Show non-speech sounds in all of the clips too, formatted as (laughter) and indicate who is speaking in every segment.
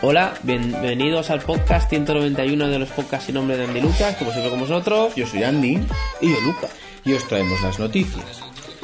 Speaker 1: Hola, bienvenidos al podcast 191 de los podcasts sin nombre de Andy Lucas, como siempre con vosotros.
Speaker 2: Yo soy Andy
Speaker 1: Y yo, Lucas.
Speaker 2: y os traemos las noticias.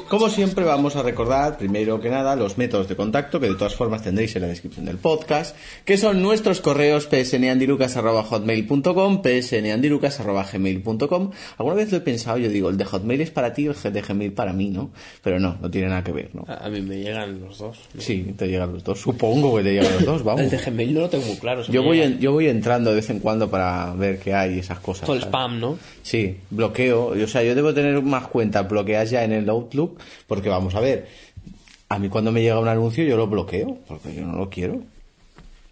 Speaker 2: Como siempre vamos a recordar, primero que nada, los métodos de contacto que de todas formas tendréis en la descripción del podcast, que son nuestros correos psnandilucas.hotmail.com, psnandilucas.gmail.com. Alguna vez lo he pensado, yo digo, el de Hotmail es para ti, el de Gmail para mí, ¿no? Pero no, no tiene nada que ver, ¿no?
Speaker 1: A, a mí me llegan los dos.
Speaker 2: Sí, te llegan los dos. Supongo que te llegan los dos, vamos.
Speaker 1: El de Gmail no lo tengo muy claro. se
Speaker 2: Yo
Speaker 1: me
Speaker 2: voy,
Speaker 1: llega
Speaker 2: en- yo voy entrando de vez en cuando para ver qué hay y esas cosas.
Speaker 1: Todo el
Speaker 2: ¿sabes?
Speaker 1: spam, ¿no?
Speaker 2: Sí, bloqueo. O sea, yo debo tener más cuentas bloqueadas ya en el Outlook, porque vamos a ver, a mí cuando me llega un anuncio yo lo bloqueo, porque yo no lo quiero.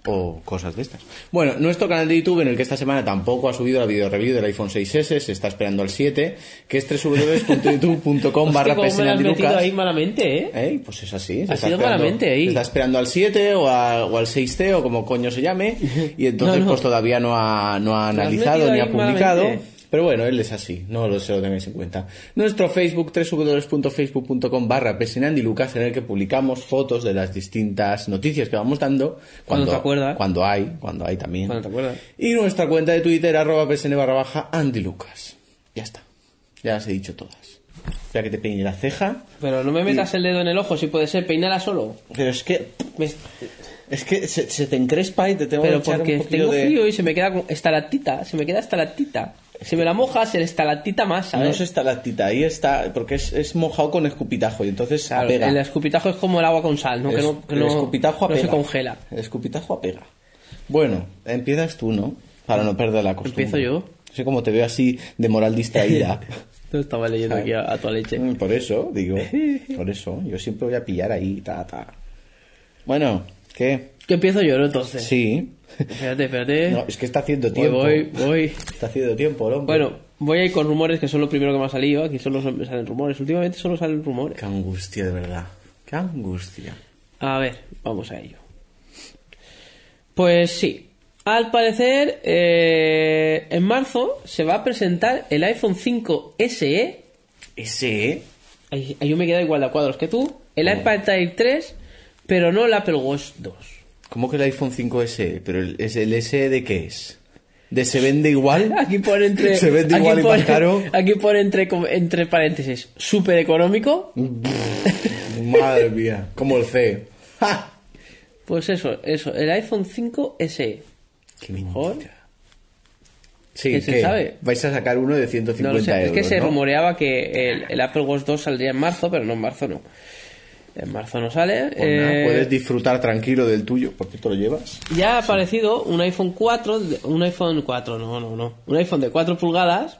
Speaker 2: O cosas de estas. Bueno, nuestro canal de YouTube, en el que esta semana tampoco ha subido la video review del iPhone 6S, se está esperando al 7, que es www.youtube.com barra
Speaker 1: Hostia, cómo me lo has metido ahí malamente, ¿eh?
Speaker 2: Ey, pues es así. se
Speaker 1: Ha
Speaker 2: está
Speaker 1: sido
Speaker 2: esperando-
Speaker 1: malamente ahí.
Speaker 2: se Está esperando al 7 o, a- o al 6T o como coño se llame. Y entonces,
Speaker 1: (laughs) No, no.
Speaker 2: pues todavía no ha, no ha
Speaker 1: Lo has
Speaker 2: analizado
Speaker 1: metido
Speaker 2: ni
Speaker 1: ahí
Speaker 2: ha publicado.
Speaker 1: malamente.
Speaker 2: Pero bueno, él es así, no lo, se lo tengáis en cuenta. Nuestro Facebook, www.facebook.com barra Lucas, en el que publicamos fotos de las distintas noticias que vamos dando.
Speaker 1: Cuando te acuerdas.
Speaker 2: Cuando hay, cuando hay también.
Speaker 1: Cuando te acuerdas.
Speaker 2: Y nuestra cuenta de Twitter, arroba psn barra baja Andy Lucas. Ya está. Ya las he dicho todas. Ya que te peine la ceja.
Speaker 1: Pero no me metas el dedo en el ojo, si puede ser, peinala solo.
Speaker 2: Pero es que
Speaker 1: Me-
Speaker 2: Es que se, se te encrespa y te tengo
Speaker 1: Pero
Speaker 2: que echar
Speaker 1: porque
Speaker 2: un poquito
Speaker 1: tengo
Speaker 2: de...
Speaker 1: frío y se me queda como estalatita, se me queda estalatita. Si me la mojas, el estalatita más, ¿sabes?
Speaker 2: No es estalactita, ahí está, porque es, es mojado con escupitajo y entonces
Speaker 1: Claro,
Speaker 2: apega.
Speaker 1: el escupitajo es como el agua con sal, ¿no? que
Speaker 2: Es-
Speaker 1: no, que
Speaker 2: el
Speaker 1: no-
Speaker 2: escupitajo
Speaker 1: no
Speaker 2: apega.
Speaker 1: se congela.
Speaker 2: El escupitajo apega. Bueno, empiezas tú, ¿no? Para no perder la costumbre.
Speaker 1: ¿Empiezo yo?
Speaker 2: No sé cómo te veo así de moral
Speaker 1: (laughs)
Speaker 2: distraída.
Speaker 1: Yo estaba leyendo aquí a, a tu leche.
Speaker 2: Mm, por eso,
Speaker 1: (laughs)
Speaker 2: digo, por eso. Yo siempre voy a pillar ahí, ta, ta. Bueno, ¿qué?
Speaker 1: ¿Qué empiezo yo ¿no, entonces? (laughs)
Speaker 2: Sí.
Speaker 1: Espérate, espérate.
Speaker 2: No, es que está haciendo
Speaker 1: voy,
Speaker 2: tiempo.
Speaker 1: voy, voy.
Speaker 2: Está haciendo tiempo el hombre.
Speaker 1: Bueno, voy a ir con rumores que son lo primero que me ha salido. Aquí solo son- salen rumores. Últimamente solo salen rumores.
Speaker 2: Qué angustia, de verdad. Qué angustia.
Speaker 1: A ver, vamos a ello. Pues sí. Al parecer, eh, en marzo se va a presentar el iPhone 5 SE.
Speaker 2: Ese,
Speaker 1: Ay, ay, yo me he quedado igual de a cuadros que tú. El iPad Air 3, pero no el Apple Watch 2.
Speaker 2: ¿Cómo que el iPhone 5S? ¿Pero el, es el S de qué es? ¿De se vende igual?
Speaker 1: (laughs) Aquí pone entre.
Speaker 2: Se vende
Speaker 1: aquí
Speaker 2: igual y más
Speaker 1: pone-
Speaker 2: caro.
Speaker 1: (laughs) Aquí pone entre, com- entre paréntesis. Súper económico.
Speaker 2: (laughs) Madre mía, como el C. ¡Ja!
Speaker 1: Pues eso, eso. El iPhone E. 5 SE.
Speaker 2: ¡Qué
Speaker 1: Mejor.
Speaker 2: mentira! Sí,
Speaker 1: ¿Qué se
Speaker 2: ¿qué?
Speaker 1: sabe?
Speaker 2: Vais a sacar uno de
Speaker 1: No
Speaker 2: 150
Speaker 1: lo sé.
Speaker 2: euros,
Speaker 1: es que se
Speaker 2: ¿no?
Speaker 1: rumoreaba que el, el Apple Watch 2 saldría en marzo, pero no en marzo no. En marzo no sale.
Speaker 2: Pues nada,
Speaker 1: Eh,
Speaker 2: Puedes disfrutar tranquilo del tuyo, porque tú lo llevas.
Speaker 1: ya ha aparecido un iPhone 4. de- Un iPhone 4, no, no, no. Un iPhone de 4 pulgadas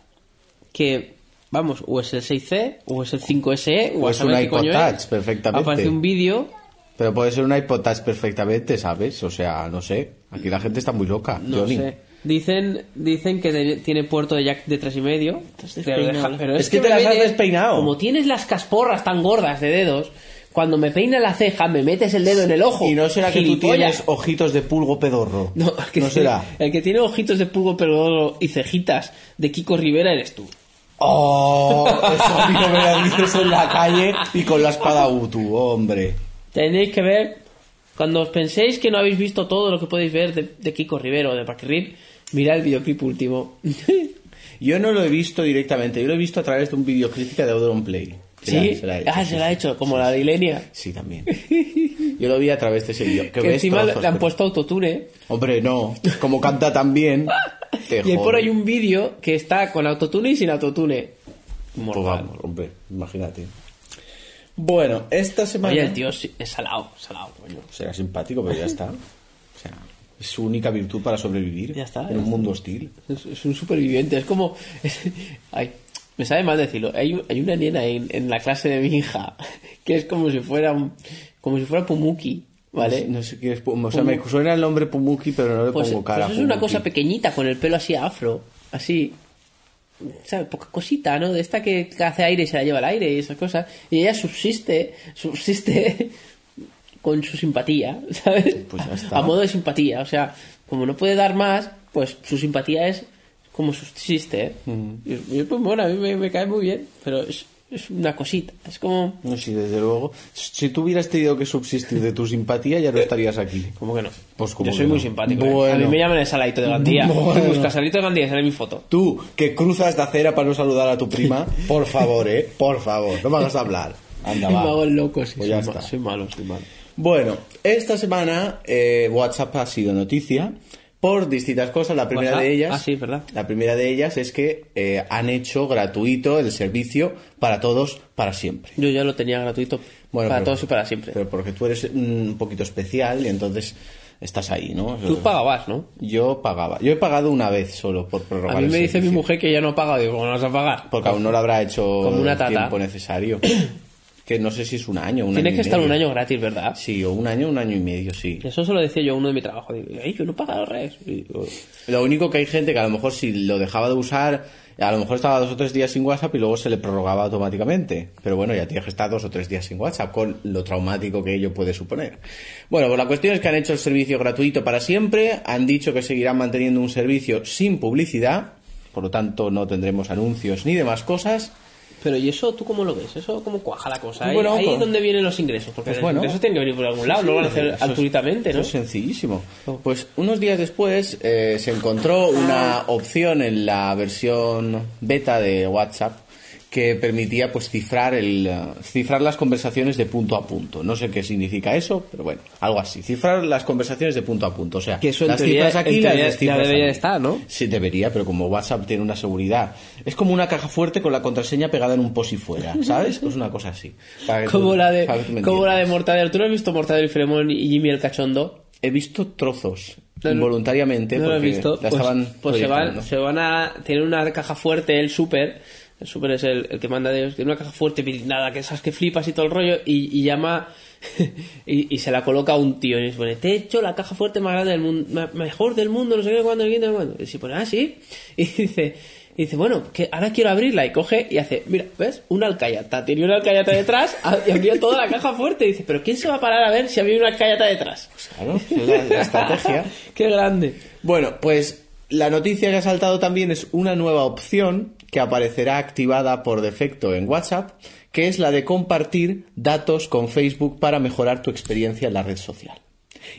Speaker 1: que. Vamos, o es el 6C, o es el 5SE, o
Speaker 2: O
Speaker 1: a saber
Speaker 2: es Pues un
Speaker 1: qué
Speaker 2: iPod
Speaker 1: coño
Speaker 2: Touch,
Speaker 1: es.
Speaker 2: perfectamente.
Speaker 1: E, Aparece un vídeo
Speaker 2: Pero puede ser un iPod Touch perfectamente, ¿sabes? O sea, no sé. Aquí la gente está muy loca.
Speaker 1: No
Speaker 2: Johnny.
Speaker 1: sé. Dicen, dicen que de- tiene puerto de jack de tres y medio. Pero
Speaker 2: despeinado.
Speaker 1: deja- pero
Speaker 2: Es que te
Speaker 1: me
Speaker 2: las has
Speaker 1: mete-
Speaker 2: despeinado.
Speaker 1: Como tienes las casporras tan gordas de dedos, cuando me peina la ceja me metes el dedo en el ojo.
Speaker 2: Y no será que tú
Speaker 1: gilipollas.
Speaker 2: tienes ojitos de pulgo pedorro.
Speaker 1: (laughs) No, el que
Speaker 2: no
Speaker 1: tiene-
Speaker 2: será.
Speaker 1: El que tiene ojitos de pulgo peludo y cejitas de Kiko Rivera eres tú.
Speaker 2: Oh, eso a mí no me lo dices en la calle y con la espada Utu, hombre.
Speaker 1: Tenéis que ver. Cuando os penséis que no habéis visto todo lo que podéis ver de, de Kiko Rivera o de Paquirrin, mirad el videoclip último. (laughs)
Speaker 2: Yo no lo he visto directamente, yo lo he visto a través de un videocrítica de Odron Play. Se la-
Speaker 1: ¿Sí?
Speaker 2: se la he hecho,
Speaker 1: ah,
Speaker 2: sí,
Speaker 1: se la ha
Speaker 2: sí.
Speaker 1: hecho, como la de Ilenia.
Speaker 2: Sí, también. Yo lo vi a través de ese vídeo. Que
Speaker 1: Que
Speaker 2: ves
Speaker 1: encima le
Speaker 2: trozos,
Speaker 1: le han
Speaker 2: pero-
Speaker 1: puesto autotune.
Speaker 2: Hombre, no. Como canta tan bien. te
Speaker 1: Y hay por
Speaker 2: jode.
Speaker 1: ahí un vídeo que está con autotune y sin autotune.
Speaker 2: Pues
Speaker 1: Mortal.
Speaker 2: vamos, hombre, imagínate. Bueno, esta semana.
Speaker 1: Oye, el tío sí- es salado, salado, coño.
Speaker 2: Será simpático, pero ya está. O sea, es su única virtud para sobrevivir
Speaker 1: Ya está,
Speaker 2: en
Speaker 1: ya
Speaker 2: un
Speaker 1: está.
Speaker 2: mundo hostil.
Speaker 1: Es, es un superviviente, es como... ay, me sabe mal decirlo. Hay, un- hay una nena en, en la clase de mi hija (laughs) que es como si fuera un- como si fuera Pumuki, ¿vale?
Speaker 2: No sé qué es Pum- O sea, me suena el nombre Pumuki, pero no le
Speaker 1: Pues,
Speaker 2: pongo
Speaker 1: pues
Speaker 2: cara.
Speaker 1: es
Speaker 2: a
Speaker 1: una
Speaker 2: Pumuki.
Speaker 1: cosa pequeñita, con el pelo así afro, así... ¿Sabes? Poca cosita, ¿no? De esta que hace aire y se la lleva al aire y esas cosas. Y ella subsiste, subsiste (laughs) con su simpatía, (laughs) ¿sabes?
Speaker 2: Pues ya está.
Speaker 1: A modo de simpatía. O sea, como no puede dar más, pues su Mm. pues, simpatía es como subsiste. ¿eh? Y es- y es muy buena, a mí me, me cae muy bien. Pero es, es una cosita. Es como.
Speaker 2: No, sí, desde luego. Si tú hubieras tenido que subsistir de tu simpatía, ya no estarías aquí.
Speaker 1: ¿Cómo que no?
Speaker 2: Pues, ¿cómo
Speaker 1: Yo
Speaker 2: que
Speaker 1: soy muy
Speaker 2: no?
Speaker 1: simpático.
Speaker 2: Bueno.
Speaker 1: ¿eh? A mí me llaman el saladito de (laughs) Gandía.
Speaker 2: Bueno.
Speaker 1: Tú buscas saladito de Gandía y sale mi foto.
Speaker 2: Tú, que cruzas de acera para no saludar a tu prima, por favor, eh, por favor, no me hagas hablar. Anda,
Speaker 1: me hago
Speaker 2: va.
Speaker 1: el loco, sí. soy,
Speaker 2: Pues ya
Speaker 1: ma-
Speaker 2: está.
Speaker 1: soy malo, soy malo.
Speaker 2: Bueno, esta semana eh, WhatsApp ha sido noticia por distintas cosas. La primera
Speaker 1: WhatsApp.
Speaker 2: de ellas.
Speaker 1: Ah, sí, ¿verdad?
Speaker 2: La primera de ellas es que eh, han hecho gratuito el servicio para todos, para siempre.
Speaker 1: Yo ya lo tenía gratuito
Speaker 2: Bueno,
Speaker 1: para
Speaker 2: pero-
Speaker 1: todos y para siempre.
Speaker 2: Pero porque tú eres un poquito especial y entonces estás ahí, ¿no?
Speaker 1: Tú pagabas, ¿no?
Speaker 2: Yo pagaba. Yo he pagado una vez solo por prorrogar
Speaker 1: A mí
Speaker 2: el
Speaker 1: me dice mi
Speaker 2: servicio.
Speaker 1: mujer que ya no paga. Digo, ¿cómo no vas a pagar?
Speaker 2: Porque aún no lo habrá hecho
Speaker 1: Como una
Speaker 2: el
Speaker 1: tata.
Speaker 2: tiempo necesario. que no sé si es un año, un
Speaker 1: Tiene
Speaker 2: año
Speaker 1: que
Speaker 2: y
Speaker 1: estar un
Speaker 2: medio.
Speaker 1: año gratis, ¿verdad?
Speaker 2: Sí, o un año, un año y medio, sí.
Speaker 1: Eso se lo decía yo a uno de mi trabajo. Digo, "Ey, yo no pago las redes. Y digo,
Speaker 2: Lo único que hay gente que a lo mejor si lo dejaba de usar, a lo mejor estaba dos o tres días sin WhatsApp y luego se le prorrogaba automáticamente. Pero bueno, ya tienes que estar dos o tres días sin WhatsApp, con lo traumático que ello puede suponer. Bueno, pues la cuestión es que han hecho el servicio gratuito para siempre, han dicho que seguirán manteniendo un servicio sin publicidad, por lo tanto no tendremos anuncios ni demás cosas.
Speaker 1: Pero ¿y eso tú cómo lo ves? ¿Eso cómo cuaja la cosa? Ahí-
Speaker 2: Bueno,
Speaker 1: ahí
Speaker 2: con-
Speaker 1: es donde vienen los ingresos. Porque
Speaker 2: Pues
Speaker 1: los
Speaker 2: bueno.
Speaker 1: ingresos tienen que venir por algún lado. no lo van a hacer
Speaker 2: Eso es-
Speaker 1: altruitamente,
Speaker 2: eso
Speaker 1: ¿no?
Speaker 2: es sencillísimo.
Speaker 1: Oh.
Speaker 2: Pues unos días después eh, se encontró una opción en la versión beta de WhatsApp que permitía pues cifrar el eh, cifrar las conversaciones de punto a punto. No sé qué significa eso, pero bueno, algo así. Cifrar las conversaciones de punto a punto, o sea,
Speaker 1: Que eso en
Speaker 2: las
Speaker 1: teoría-
Speaker 2: cifras aquí
Speaker 1: en
Speaker 2: las
Speaker 1: teoría
Speaker 2: descifras
Speaker 1: ya debería
Speaker 2: allí.
Speaker 1: estar, ¿no?
Speaker 2: Sí debería, pero como WhatsApp tiene una seguridad, es como una caja fuerte con la contraseña pegada en un pos y fuera, ¿sabes? Pues una cosa así. Para que
Speaker 1: (laughs)
Speaker 2: tú-
Speaker 1: Como la de,
Speaker 2: para que tú me
Speaker 1: como la
Speaker 2: entiendas.
Speaker 1: de Mortadelo. ¿Tú no has visto Mortadelo y Filemón y Jimmy el cachondo?
Speaker 2: He visto trozos
Speaker 1: No, no.
Speaker 2: involuntariamente
Speaker 1: No lo
Speaker 2: porque
Speaker 1: has visto.
Speaker 2: la
Speaker 1: Pues,
Speaker 2: estaban
Speaker 1: pues se, van,
Speaker 2: proyectando.
Speaker 1: se van a tener una caja fuerte, el súper. El súper es el, el que manda de ellos. Tiene una caja fuerte, blindada, que esas que flipas y todo el rollo. Y, y llama (laughs) y, y se la coloca a un tío. Y se pone, te he hecho la caja fuerte más grande del mundo, ma- mejor del mundo, no sé qué, cuándo, no sé qué, no sé cuándo". Y se pone, ah, sí. (laughs) Y dice... Y dice, bueno, que ahora quiero abrirla. Y coge y hace, mira, ¿ves? Una alcayata. Tiene una alcayata detrás (laughs) a- y abrió toda la caja fuerte. Y dice, pero ¿quién se va a parar a ver si había una alcayata detrás?
Speaker 2: Claro, es la,
Speaker 1: (laughs)
Speaker 2: la estrategia.
Speaker 1: ¡Qué grande!
Speaker 2: Bueno, pues la noticia que ha saltado también es una nueva opción que aparecerá activada por defecto en WhatsApp, que es la de compartir datos con Facebook para mejorar tu experiencia en la red social.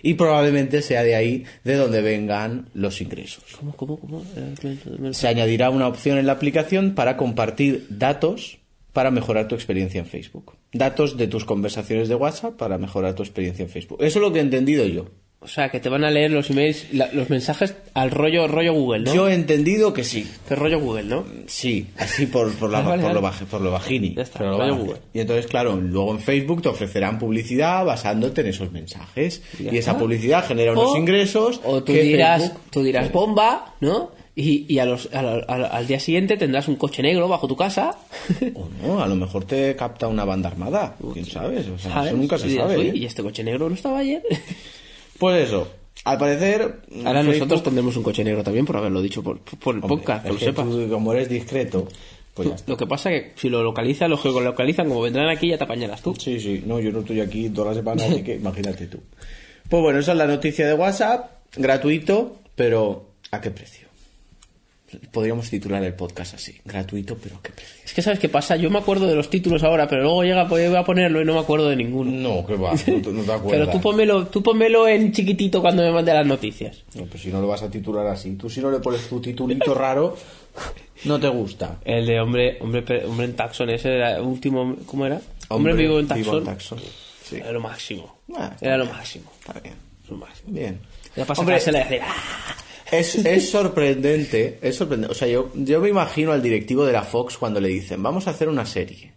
Speaker 2: Y probablemente sea de ahí de donde vengan los ingresos.
Speaker 1: ¿Cómo, cómo, cómo? Eh, me- me-
Speaker 2: Se añadirá una opción en la aplicación para compartir datos para mejorar tu experiencia en Facebook. Datos de tus conversaciones de WhatsApp para mejorar tu experiencia en Facebook. Eso es lo que he entendido yo.
Speaker 1: O sea, que te van a leer los emails, la- los mensajes al rollo, rollo Google, ¿no?
Speaker 2: Yo he entendido que sí.
Speaker 1: Que rollo Google, ¿no?
Speaker 2: Sí, así por, por, la-
Speaker 1: Ah, vale,
Speaker 2: por lo,
Speaker 1: vale.
Speaker 2: baje- por lo bajini.
Speaker 1: Ya está,
Speaker 2: Pero lo
Speaker 1: vaya
Speaker 2: van a hacer.
Speaker 1: Google.
Speaker 2: y entonces, claro, luego en Facebook te ofrecerán publicidad basándote en esos mensajes.
Speaker 1: Ya
Speaker 2: y esa
Speaker 1: está.
Speaker 2: publicidad genera unos
Speaker 1: O-
Speaker 2: ingresos.
Speaker 1: O tú
Speaker 2: que
Speaker 1: dirás,
Speaker 2: Facebook-
Speaker 1: tú dirás bomba, ¿no? Y, y a los, al, al- al día siguiente tendrás un coche negro bajo tu
Speaker 2: (laughs)
Speaker 1: casa.
Speaker 2: O no, a lo mejor te capta una banda armada. ¿Quién sabe? O sea,
Speaker 1: ¿sabes?
Speaker 2: eso nunca
Speaker 1: Y
Speaker 2: se
Speaker 1: dirás,
Speaker 2: sabe.
Speaker 1: "Uy,
Speaker 2: ¿eh?
Speaker 1: ¿Y este coche negro no estaba
Speaker 2: (laughs)
Speaker 1: ayer?
Speaker 2: Pues eso, al parecer. mm,
Speaker 1: Ahora
Speaker 2: Facebook-
Speaker 1: nosotros tendremos un coche negro también por haberlo dicho por, por el
Speaker 2: Hombre,
Speaker 1: podcast, que
Speaker 2: es
Speaker 1: lo
Speaker 2: que
Speaker 1: sepas.
Speaker 2: tú, como eres discreto, pues ya está.
Speaker 1: Lo que pasa que si lo localizan, los que lo localizan, como vendrán aquí, ya te apañarás tú.
Speaker 2: Sí, sí, no, yo no estoy aquí toda la semana,
Speaker 1: (laughs)
Speaker 2: así que imagínate tú. Pues bueno, esa es la noticia de WhatsApp, gratuito, pero ¿a qué precio? Podríamos titular el podcast así, gratuito, pero ¿a qué precio?
Speaker 1: Es que sabes qué pasa, yo me acuerdo de los títulos ahora, pero luego llega voy a ponerlo y no me acuerdo de ninguno.
Speaker 2: No, que va, no, te- no te (laughs) acuerdas.
Speaker 1: Pero tú pónmelo, tú pónmelo en chiquitito cuando me mande las noticias.
Speaker 2: No, pues si no lo vas a titular así, tú si no le pones tu titulito raro, no te gusta.
Speaker 1: El de hombre, hombre, pe- hombre en Taxon, ese era el último, ¿cómo era? Hombre, vivo en Eh, Taxon.
Speaker 2: Sí,
Speaker 1: Era lo máximo.
Speaker 2: Ah, está
Speaker 1: era lo máximo.
Speaker 2: está bien,
Speaker 1: Lo máximo.
Speaker 2: bien.
Speaker 1: Ya pasa
Speaker 2: Hombre,
Speaker 1: se le decía, "Ah".
Speaker 2: Es, es sorprendente, es sorprendente. O sea, yo, yo me imagino al directivo de la Fox cuando le dicen, vamos a hacer una serie.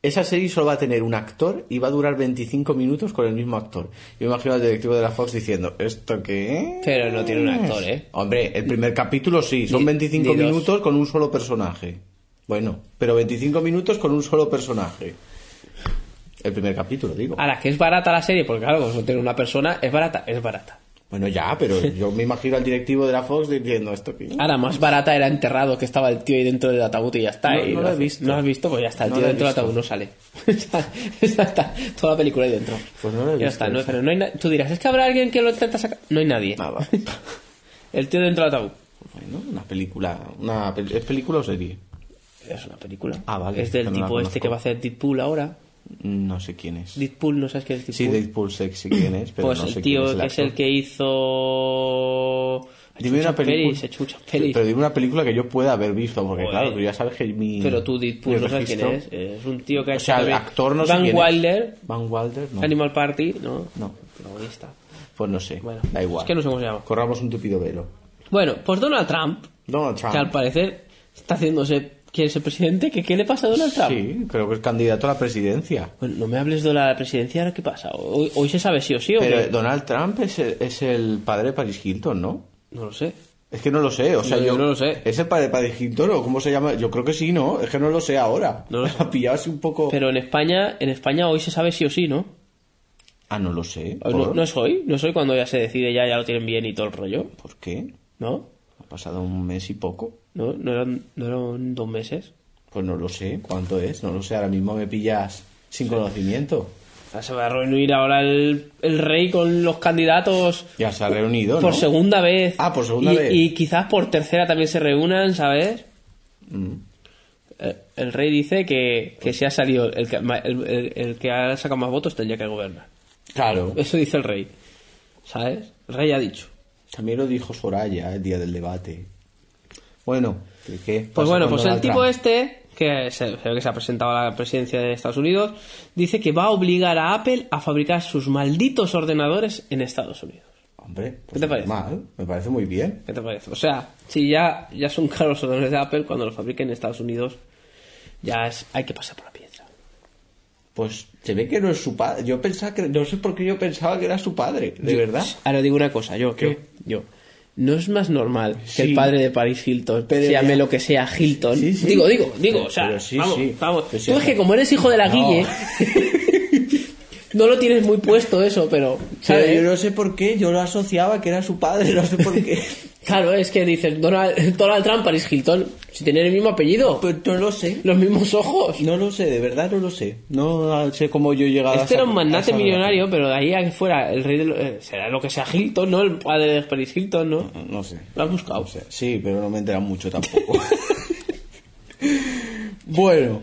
Speaker 2: Esa serie solo va a tener un actor y va a durar 25 minutos con el mismo actor. Yo me imagino al directivo de la Fox diciendo, ¿esto qué es?".
Speaker 1: Pero no tiene un actor, ¿eh?
Speaker 2: Hombre, el primer capítulo sí, son
Speaker 1: Ni-
Speaker 2: 25
Speaker 1: ni dos.
Speaker 2: minutos con un solo personaje. Bueno, pero 25 minutos con un solo personaje. El primer capítulo, digo.
Speaker 1: Ahora, que es barata la serie, porque claro, como solo tiene una persona, es barata, es barata.
Speaker 2: Bueno, ya, pero yo me imagino al directivo de la Fox diciendo, ¿esto qué es?".
Speaker 1: Ahora, más barata era enterrado que estaba el tío ahí dentro del ataúd y ya está.
Speaker 2: No,
Speaker 1: y
Speaker 2: no lo he visto.
Speaker 1: ¿No lo has visto? Pues ya está, el
Speaker 2: No
Speaker 1: tío
Speaker 2: lo he
Speaker 1: dentro del
Speaker 2: visto.
Speaker 1: ataúd no sale. (laughs) está, está toda la película ahí dentro.
Speaker 2: Pues no lo he
Speaker 1: ya
Speaker 2: visto
Speaker 1: está, no,
Speaker 2: eso.
Speaker 1: pero no hay na- Tú dirás, ¿es que habrá alguien que lo intenta sacar? No hay nadie.
Speaker 2: Nada.
Speaker 1: El tío dentro del ataúd.
Speaker 2: Bueno, una película. Una, pel- ¿Es película o serie?
Speaker 1: Es una película.
Speaker 2: Ah, vale,
Speaker 1: Es del
Speaker 2: no la
Speaker 1: tipo este
Speaker 2: conozco.
Speaker 1: que va a hacer Deadpool ahora.
Speaker 2: No sé quién es.
Speaker 1: Deadpool, no sabes qué es Deadpool.
Speaker 2: Sí, Deadpool Sexy quién es, pero
Speaker 1: pues
Speaker 2: no sé
Speaker 1: el
Speaker 2: quién
Speaker 1: tío
Speaker 2: es
Speaker 1: que es el
Speaker 2: actor.
Speaker 1: que hizo. ha hecho
Speaker 2: Dime una
Speaker 1: muchas
Speaker 2: película.
Speaker 1: pelis, ha hecho muchas pelis.
Speaker 2: Pero dime una película que yo pueda haber visto, porque
Speaker 1: Joder.
Speaker 2: claro, tú ya sabes que mi.
Speaker 1: Pero tú, Deadpool,
Speaker 2: mi
Speaker 1: no sabes quién es.
Speaker 2: registro-
Speaker 1: Es un tío que ha
Speaker 2: O
Speaker 1: hecho.
Speaker 2: sea, el
Speaker 1: también
Speaker 2: actor no sé
Speaker 1: Van
Speaker 2: quién es.
Speaker 1: Wilder,
Speaker 2: Van Wilder, no.
Speaker 1: Animal Party, ¿no?
Speaker 2: No.
Speaker 1: Protagonista.
Speaker 2: Pues no sé.
Speaker 1: Bueno,
Speaker 2: da igual.
Speaker 1: es que no sé cómo se llama.
Speaker 2: Corramos un tupido velo.
Speaker 1: Bueno, pues Donald Trump,
Speaker 2: Donald Trump.
Speaker 1: que al parecer está haciéndose. ¿Quiere ser presidente? ¿Qué, qué le pasa a Donald Trump?
Speaker 2: Sí, creo que es candidato a la presidencia.
Speaker 1: Bueno, no me hables de la presidencia, ahora qué pasa. Hoy, hoy se sabe sí o sí o
Speaker 2: Pero
Speaker 1: qué?
Speaker 2: Donald Trump es el, es el padre de Paris Hilton, ¿no?
Speaker 1: No lo sé.
Speaker 2: Es que no lo sé, o sea,
Speaker 1: No,
Speaker 2: yo
Speaker 1: yo no lo sé.
Speaker 2: ¿Es el padre de Paris Hilton o cómo se llama? Yo creo que sí, ¿no? Es que no lo sé ahora. (laughs)
Speaker 1: No lo sé.
Speaker 2: Ha pillado así un poco.
Speaker 1: Pero en España, en España hoy se sabe sí o sí, ¿no?
Speaker 2: Ah, no lo sé.
Speaker 1: Hoy
Speaker 2: ¿Por,
Speaker 1: Oh, No, no es hoy, no es hoy cuando ya se decide, ya, ya lo tienen bien y todo el rollo,
Speaker 2: ¿Por qué?
Speaker 1: ¿no?
Speaker 2: Ha pasado un mes y poco.
Speaker 1: ¿No, no, eran, no eran dos meses?
Speaker 2: Pues no lo sé cuánto es, no lo sé. Ahora mismo me pillas sin conocimiento.
Speaker 1: Ya se va a reunir ahora el, el rey con los candidatos
Speaker 2: Ya se ha reunido, ¿no?
Speaker 1: por segunda vez.
Speaker 2: Ah, por segunda
Speaker 1: Y-
Speaker 2: vez.
Speaker 1: Y quizás por tercera también se reúnan, ¿sabes?
Speaker 2: Mm.
Speaker 1: Eh, El rey dice que, que si ha salido el que, ma- el- el- el que ha sacado más votos tendría que gobernar.
Speaker 2: Claro.
Speaker 1: Eso dice el rey. ¿Sabes? El rey ha dicho.
Speaker 2: También lo dijo Soraya el día del debate. Bueno, ¿qué- ¿qué?
Speaker 1: Pues
Speaker 2: pasa
Speaker 1: bueno,
Speaker 2: con
Speaker 1: pues el
Speaker 2: Donald
Speaker 1: tipo
Speaker 2: Trump?
Speaker 1: este, que se, se ve que se ha presentado a la presidencia de Estados Unidos, dice que va a obligar a Apple a fabricar sus malditos ordenadores en Estados Unidos.
Speaker 2: Hombre, pues
Speaker 1: ¿Qué te parece?
Speaker 2: normal, me parece muy bien.
Speaker 1: ¿Qué te parece? O sea, si ya, ya son caros los ordenadores de Apple, cuando los fabriquen en Estados Unidos, ya es, hay que pasar por la piedra.
Speaker 2: Pues se ve que no es su padre. Yo pensaba que. No sé por qué yo pensaba que era su padre, de
Speaker 1: Yo-
Speaker 2: verdad.
Speaker 1: Ahora digo una cosa, yo,
Speaker 2: ¿Qué?
Speaker 1: yo. yo. No es más normal que
Speaker 2: Sí.
Speaker 1: el padre de Paris Hilton
Speaker 2: Pero
Speaker 1: se llame
Speaker 2: ya-
Speaker 1: lo que sea Hilton.
Speaker 2: Sí, sí.
Speaker 1: Digo, digo, digo,
Speaker 2: Pero-
Speaker 1: o sea,
Speaker 2: pero sí,
Speaker 1: vamos,
Speaker 2: sí.
Speaker 1: vamos.
Speaker 2: Pero sí,
Speaker 1: Tú es que
Speaker 2: no.
Speaker 1: como eres hijo de la
Speaker 2: No. (laughs)
Speaker 1: Guille, no lo tienes muy puesto eso, pero, ¿sabes?
Speaker 2: Pero yo no sé por qué, yo lo asociaba que era su padre, (laughs) no sé por
Speaker 1: (laughs)
Speaker 2: qué.
Speaker 1: Claro, es que dices Donald, Donald Trump, Paris Hilton, si tienen el mismo apellido,
Speaker 2: pues no lo sé.
Speaker 1: los mismos ojos.
Speaker 2: No lo sé, de verdad no lo sé. No sé cómo yo he llegado a
Speaker 1: Este era un
Speaker 2: esa- a
Speaker 1: magnate
Speaker 2: esa
Speaker 1: millonario, pero de ahí a que fuera el rey de... lo- eh, será lo que sea Hilton, ¿no? El padre de Paris Hilton, ¿no?
Speaker 2: relación. No sé.
Speaker 1: Lo has buscado.
Speaker 2: O sea, sí, pero no me enteran mucho tampoco. (laughs) bueno,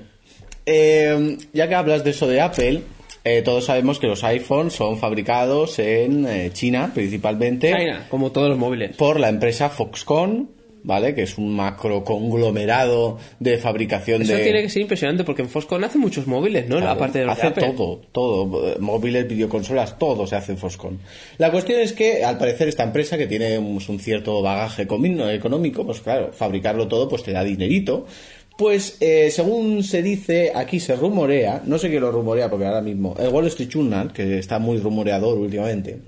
Speaker 2: eh, ya que hablas de eso de Apple, eh, todos sabemos que los iPhones son fabricados en eh, China principalmente
Speaker 1: China, como todos los móviles.
Speaker 2: por la empresa Foxconn, ¿vale? Que es un macro conglomerado de fabricación
Speaker 1: Eso
Speaker 2: de...
Speaker 1: tiene que ser impresionante porque en Foscon hace muchos móviles, ¿no?
Speaker 2: Claro,
Speaker 1: Aparte de los de
Speaker 2: hace
Speaker 1: Apple.
Speaker 2: todo, todo, eh, móviles, videoconsolas, todo se hace en Foscon. La cuestión es que, al parecer, esta empresa que tiene un un cierto bagaje comi- económico, pues claro, fabricarlo todo pues te da dinerito. Pues, eh, según se dice, aquí se rumorea, no sé qué lo rumorea porque ahora mismo, el Wall Street Journal, que está muy rumoreador últimamente,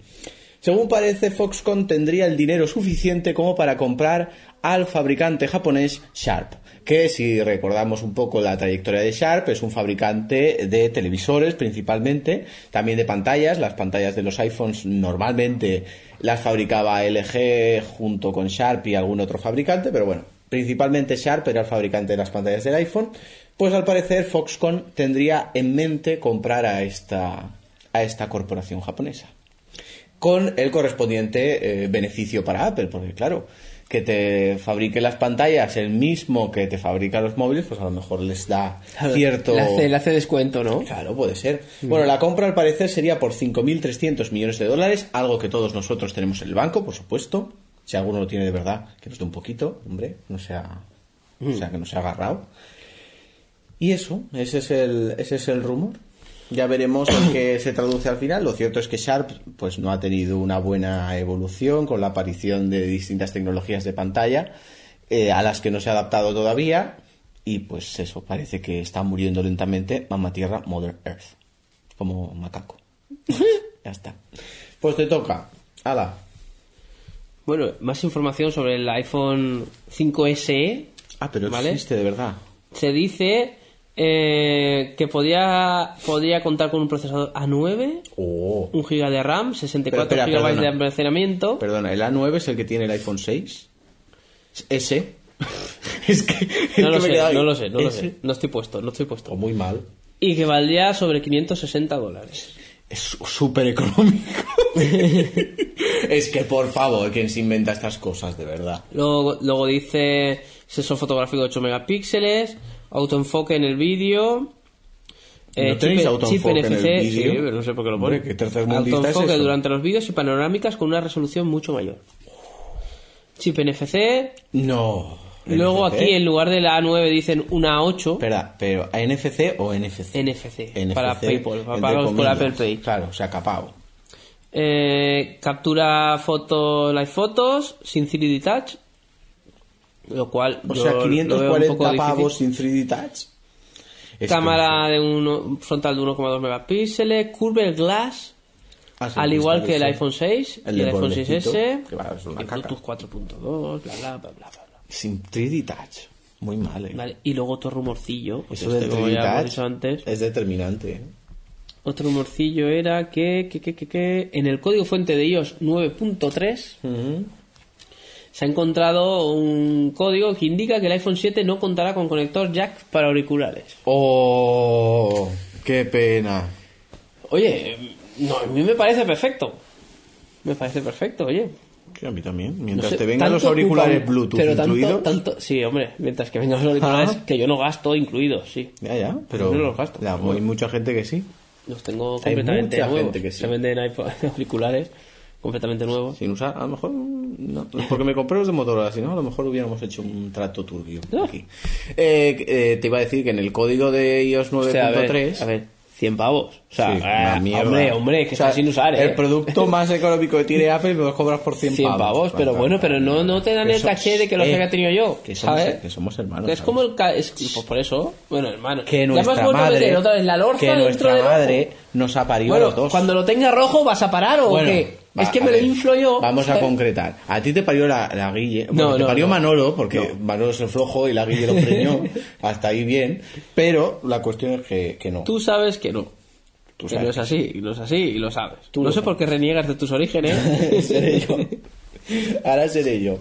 Speaker 2: según parece, Foxconn tendría el dinero suficiente como para comprar al fabricante japonés Sharp, que si recordamos un poco la trayectoria de Sharp, es un fabricante de televisores principalmente, también de pantallas, las pantallas de los iPhones normalmente las fabricaba LG junto con Sharp y algún otro fabricante, pero bueno, principalmente Sharp era el fabricante de las pantallas del iPhone, pues al parecer Foxconn tendría en mente comprar a esta, a esta corporación japonesa con el correspondiente eh, beneficio para Apple, porque claro, que te fabrique las pantallas el mismo que te fabrica los móviles, pues a lo mejor les da cierto...
Speaker 1: Le hace, le hace descuento, ¿no?
Speaker 2: Claro, puede ser. Bueno, la compra al parecer sería por 5.300 millones de dólares, algo que todos nosotros tenemos en el banco, por supuesto. Si alguno lo tiene de verdad, que nos dé un poquito, hombre, no sea, o sea que no se ha agarrado. Y eso, ese es el, ese es el rumor. Ya veremos en qué se traduce al final. Lo cierto es que Sharp pues no ha tenido una buena evolución con la aparición de distintas tecnologías de pantalla eh, a las que no se ha adaptado todavía. Y pues eso, parece que está muriendo lentamente Mamá Tierra, Mother Earth. Como un macaco. ya está. Pues te toca. Ala.
Speaker 1: Bueno, más información sobre el iPhone 5SE.
Speaker 2: Ah, pero
Speaker 1: ¿Vale?
Speaker 2: existe de verdad.
Speaker 1: Se dice eh, que podía, podía contar con un procesador A9,
Speaker 2: Oh.
Speaker 1: 1 GB de RAM, 64
Speaker 2: Pero, espera,
Speaker 1: GB de
Speaker 2: perdona.
Speaker 1: almacenamiento.
Speaker 2: Perdona, ¿el A9 es el que tiene el iPhone 6? ¿Ese? (laughs) es que.
Speaker 1: (laughs)
Speaker 2: es
Speaker 1: no lo
Speaker 2: que me he
Speaker 1: sé,
Speaker 2: quedado ahí.
Speaker 1: no lo sé, no lo
Speaker 2: ¿Ese? Oh.
Speaker 1: sé. No estoy puesto, no estoy
Speaker 2: O
Speaker 1: puesto.
Speaker 2: muy mal.
Speaker 1: Y que valdría sobre 560 dólares.
Speaker 2: Es su- súper económico. (laughs) es que, por favor, quien se inventa estas cosas, de verdad.
Speaker 1: Luego, luego dice sensor fotográfico de 8 megapíxeles, Autoenfoque en el vídeo. Eh,
Speaker 2: ¿No tenéis autoenfoque en el
Speaker 1: sí,
Speaker 2: vídeo?
Speaker 1: pero no sé por qué lo
Speaker 2: Hombre,
Speaker 1: pone.
Speaker 2: ¿qué tercermundista es
Speaker 1: autoenfoque
Speaker 2: eso?
Speaker 1: durante los vídeos y panorámicas con una resolución mucho mayor. Chip NFC.
Speaker 2: No.
Speaker 1: Luego
Speaker 2: NFC.
Speaker 1: aquí en lugar de la A9 dicen una A8.
Speaker 2: Espera, pero ¿NFC o NFC?
Speaker 1: NFC,
Speaker 2: NFC,
Speaker 1: para PayPal, para
Speaker 2: entre
Speaker 1: pagos por
Speaker 2: comillas.
Speaker 1: Apple Pay.
Speaker 2: Claro, o sea, capao.
Speaker 1: Eh, captura fotos, live fotos, sin 3D Touch. Lo cual.
Speaker 2: O
Speaker 1: yo
Speaker 2: sea,
Speaker 1: lo veo un
Speaker 2: 540
Speaker 1: poco
Speaker 2: pavos
Speaker 1: difícil.
Speaker 2: sin 3D Touch. Es
Speaker 1: Cámara de uno, frontal de 1,2 megapíxeles, Curve Glass,
Speaker 2: que- Ah, sí,
Speaker 1: al
Speaker 2: sí,
Speaker 1: igual
Speaker 2: sí,
Speaker 1: que el
Speaker 2: sí.
Speaker 1: iPhone 6
Speaker 2: El
Speaker 1: y el
Speaker 2: de
Speaker 1: iPhone
Speaker 2: bordecito,
Speaker 1: 6S.
Speaker 2: que va, es una
Speaker 1: y
Speaker 2: caca.
Speaker 1: Bluetooth 4.2, bla, bla, bla, bla, bla. bla.
Speaker 2: Sin 3D Touch. Muy mal, eh.
Speaker 1: Vale, y luego otro rumorcillo. porque
Speaker 2: Eso del
Speaker 1: este, como ya
Speaker 2: 3D
Speaker 1: hemos
Speaker 2: Touch
Speaker 1: dicho antes.
Speaker 2: es determinante. ¿eh?
Speaker 1: Otro rumorcillo era que, que, que, que, que en el código fuente de iOS 9.3 se ha encontrado un código que indica que el iPhone 7 no contará con conector jack para auriculares.
Speaker 2: ¡Oh! ¡Qué pena!
Speaker 1: Oye, no, a mí me parece perfecto. Me parece perfecto, oye.
Speaker 2: Sí, a mí también. Mientras
Speaker 1: No sé,
Speaker 2: te vengan los
Speaker 1: tanto
Speaker 2: auriculares
Speaker 1: ocupa-
Speaker 2: Bluetooth
Speaker 1: pero tanto-
Speaker 2: incluidos.
Speaker 1: tanto- sí, hombre, mientras que vengan los auriculares
Speaker 2: Ah.
Speaker 1: que yo no gasto incluidos, sí.
Speaker 2: Ya, ya, pero
Speaker 1: No los gasto.
Speaker 2: ya, hay mucha gente que sí,
Speaker 1: Los tengo
Speaker 2: Hay
Speaker 1: completamente
Speaker 2: mucha
Speaker 1: nuevos.
Speaker 2: gente que sí.
Speaker 1: Se venden iPhone- (laughs) auriculares completamente nuevos.
Speaker 2: sin usar, a lo mejor, no, porque me compré los de Motorola, si no, a lo mejor hubiéramos hecho un trato turbio
Speaker 1: Ah.
Speaker 2: aquí. Eh, eh, te iba a decir que en el código de iOS
Speaker 1: O sea, a ver,
Speaker 2: 9.3...
Speaker 1: A ver, 100 pavos. O sea,
Speaker 2: Sí,
Speaker 1: ah,
Speaker 2: una mierda.
Speaker 1: hombre, hombre, que
Speaker 2: O sea,
Speaker 1: está sin usar, ¿eh?
Speaker 2: El producto más económico que tiene Apple me lo cobras por 100,
Speaker 1: 100 pavos, pero bueno, pero no, no te dan
Speaker 2: Que
Speaker 1: el
Speaker 2: so-
Speaker 1: caché de que lo
Speaker 2: eh,
Speaker 1: haya tenido yo.
Speaker 2: Que somos,
Speaker 1: ¿sabes?
Speaker 2: que somos hermanos.
Speaker 1: Que es
Speaker 2: ¿sabes?
Speaker 1: como el. ca- es- pues por eso, bueno, hermano.
Speaker 2: que
Speaker 1: ya me has
Speaker 2: nuestra
Speaker 1: vuelto a
Speaker 2: madre,
Speaker 1: meter otra vez la lorza
Speaker 2: que
Speaker 1: dentro
Speaker 2: nuestra
Speaker 1: del ojo.
Speaker 2: madre nos ha parido a
Speaker 1: Bueno,
Speaker 2: los dos.
Speaker 1: cuando lo tenga rojo, ¿vas a parar o
Speaker 2: Bueno,
Speaker 1: qué?
Speaker 2: va,
Speaker 1: es que
Speaker 2: a
Speaker 1: me
Speaker 2: ver,
Speaker 1: lo inflo yo.
Speaker 2: Vamos a
Speaker 1: ¿sabes?
Speaker 2: concretar. A ti te parió la, la Guille.
Speaker 1: No,
Speaker 2: No, te
Speaker 1: no,
Speaker 2: parió
Speaker 1: no.
Speaker 2: Manolo, porque Manolo es el flojo y la Guille
Speaker 1: (laughs)
Speaker 2: lo preñó. hasta ahí bien. Pero la cuestión es que, que no.
Speaker 1: Tú sabes que no.
Speaker 2: Tú
Speaker 1: que
Speaker 2: sabes.
Speaker 1: no es así, y no es así, y lo sabes.
Speaker 2: Tú
Speaker 1: no
Speaker 2: lo
Speaker 1: sé por qué reniegas de tus orígenes.
Speaker 2: (laughs)
Speaker 1: (laughs)
Speaker 2: seré yo. Ahora seré yo.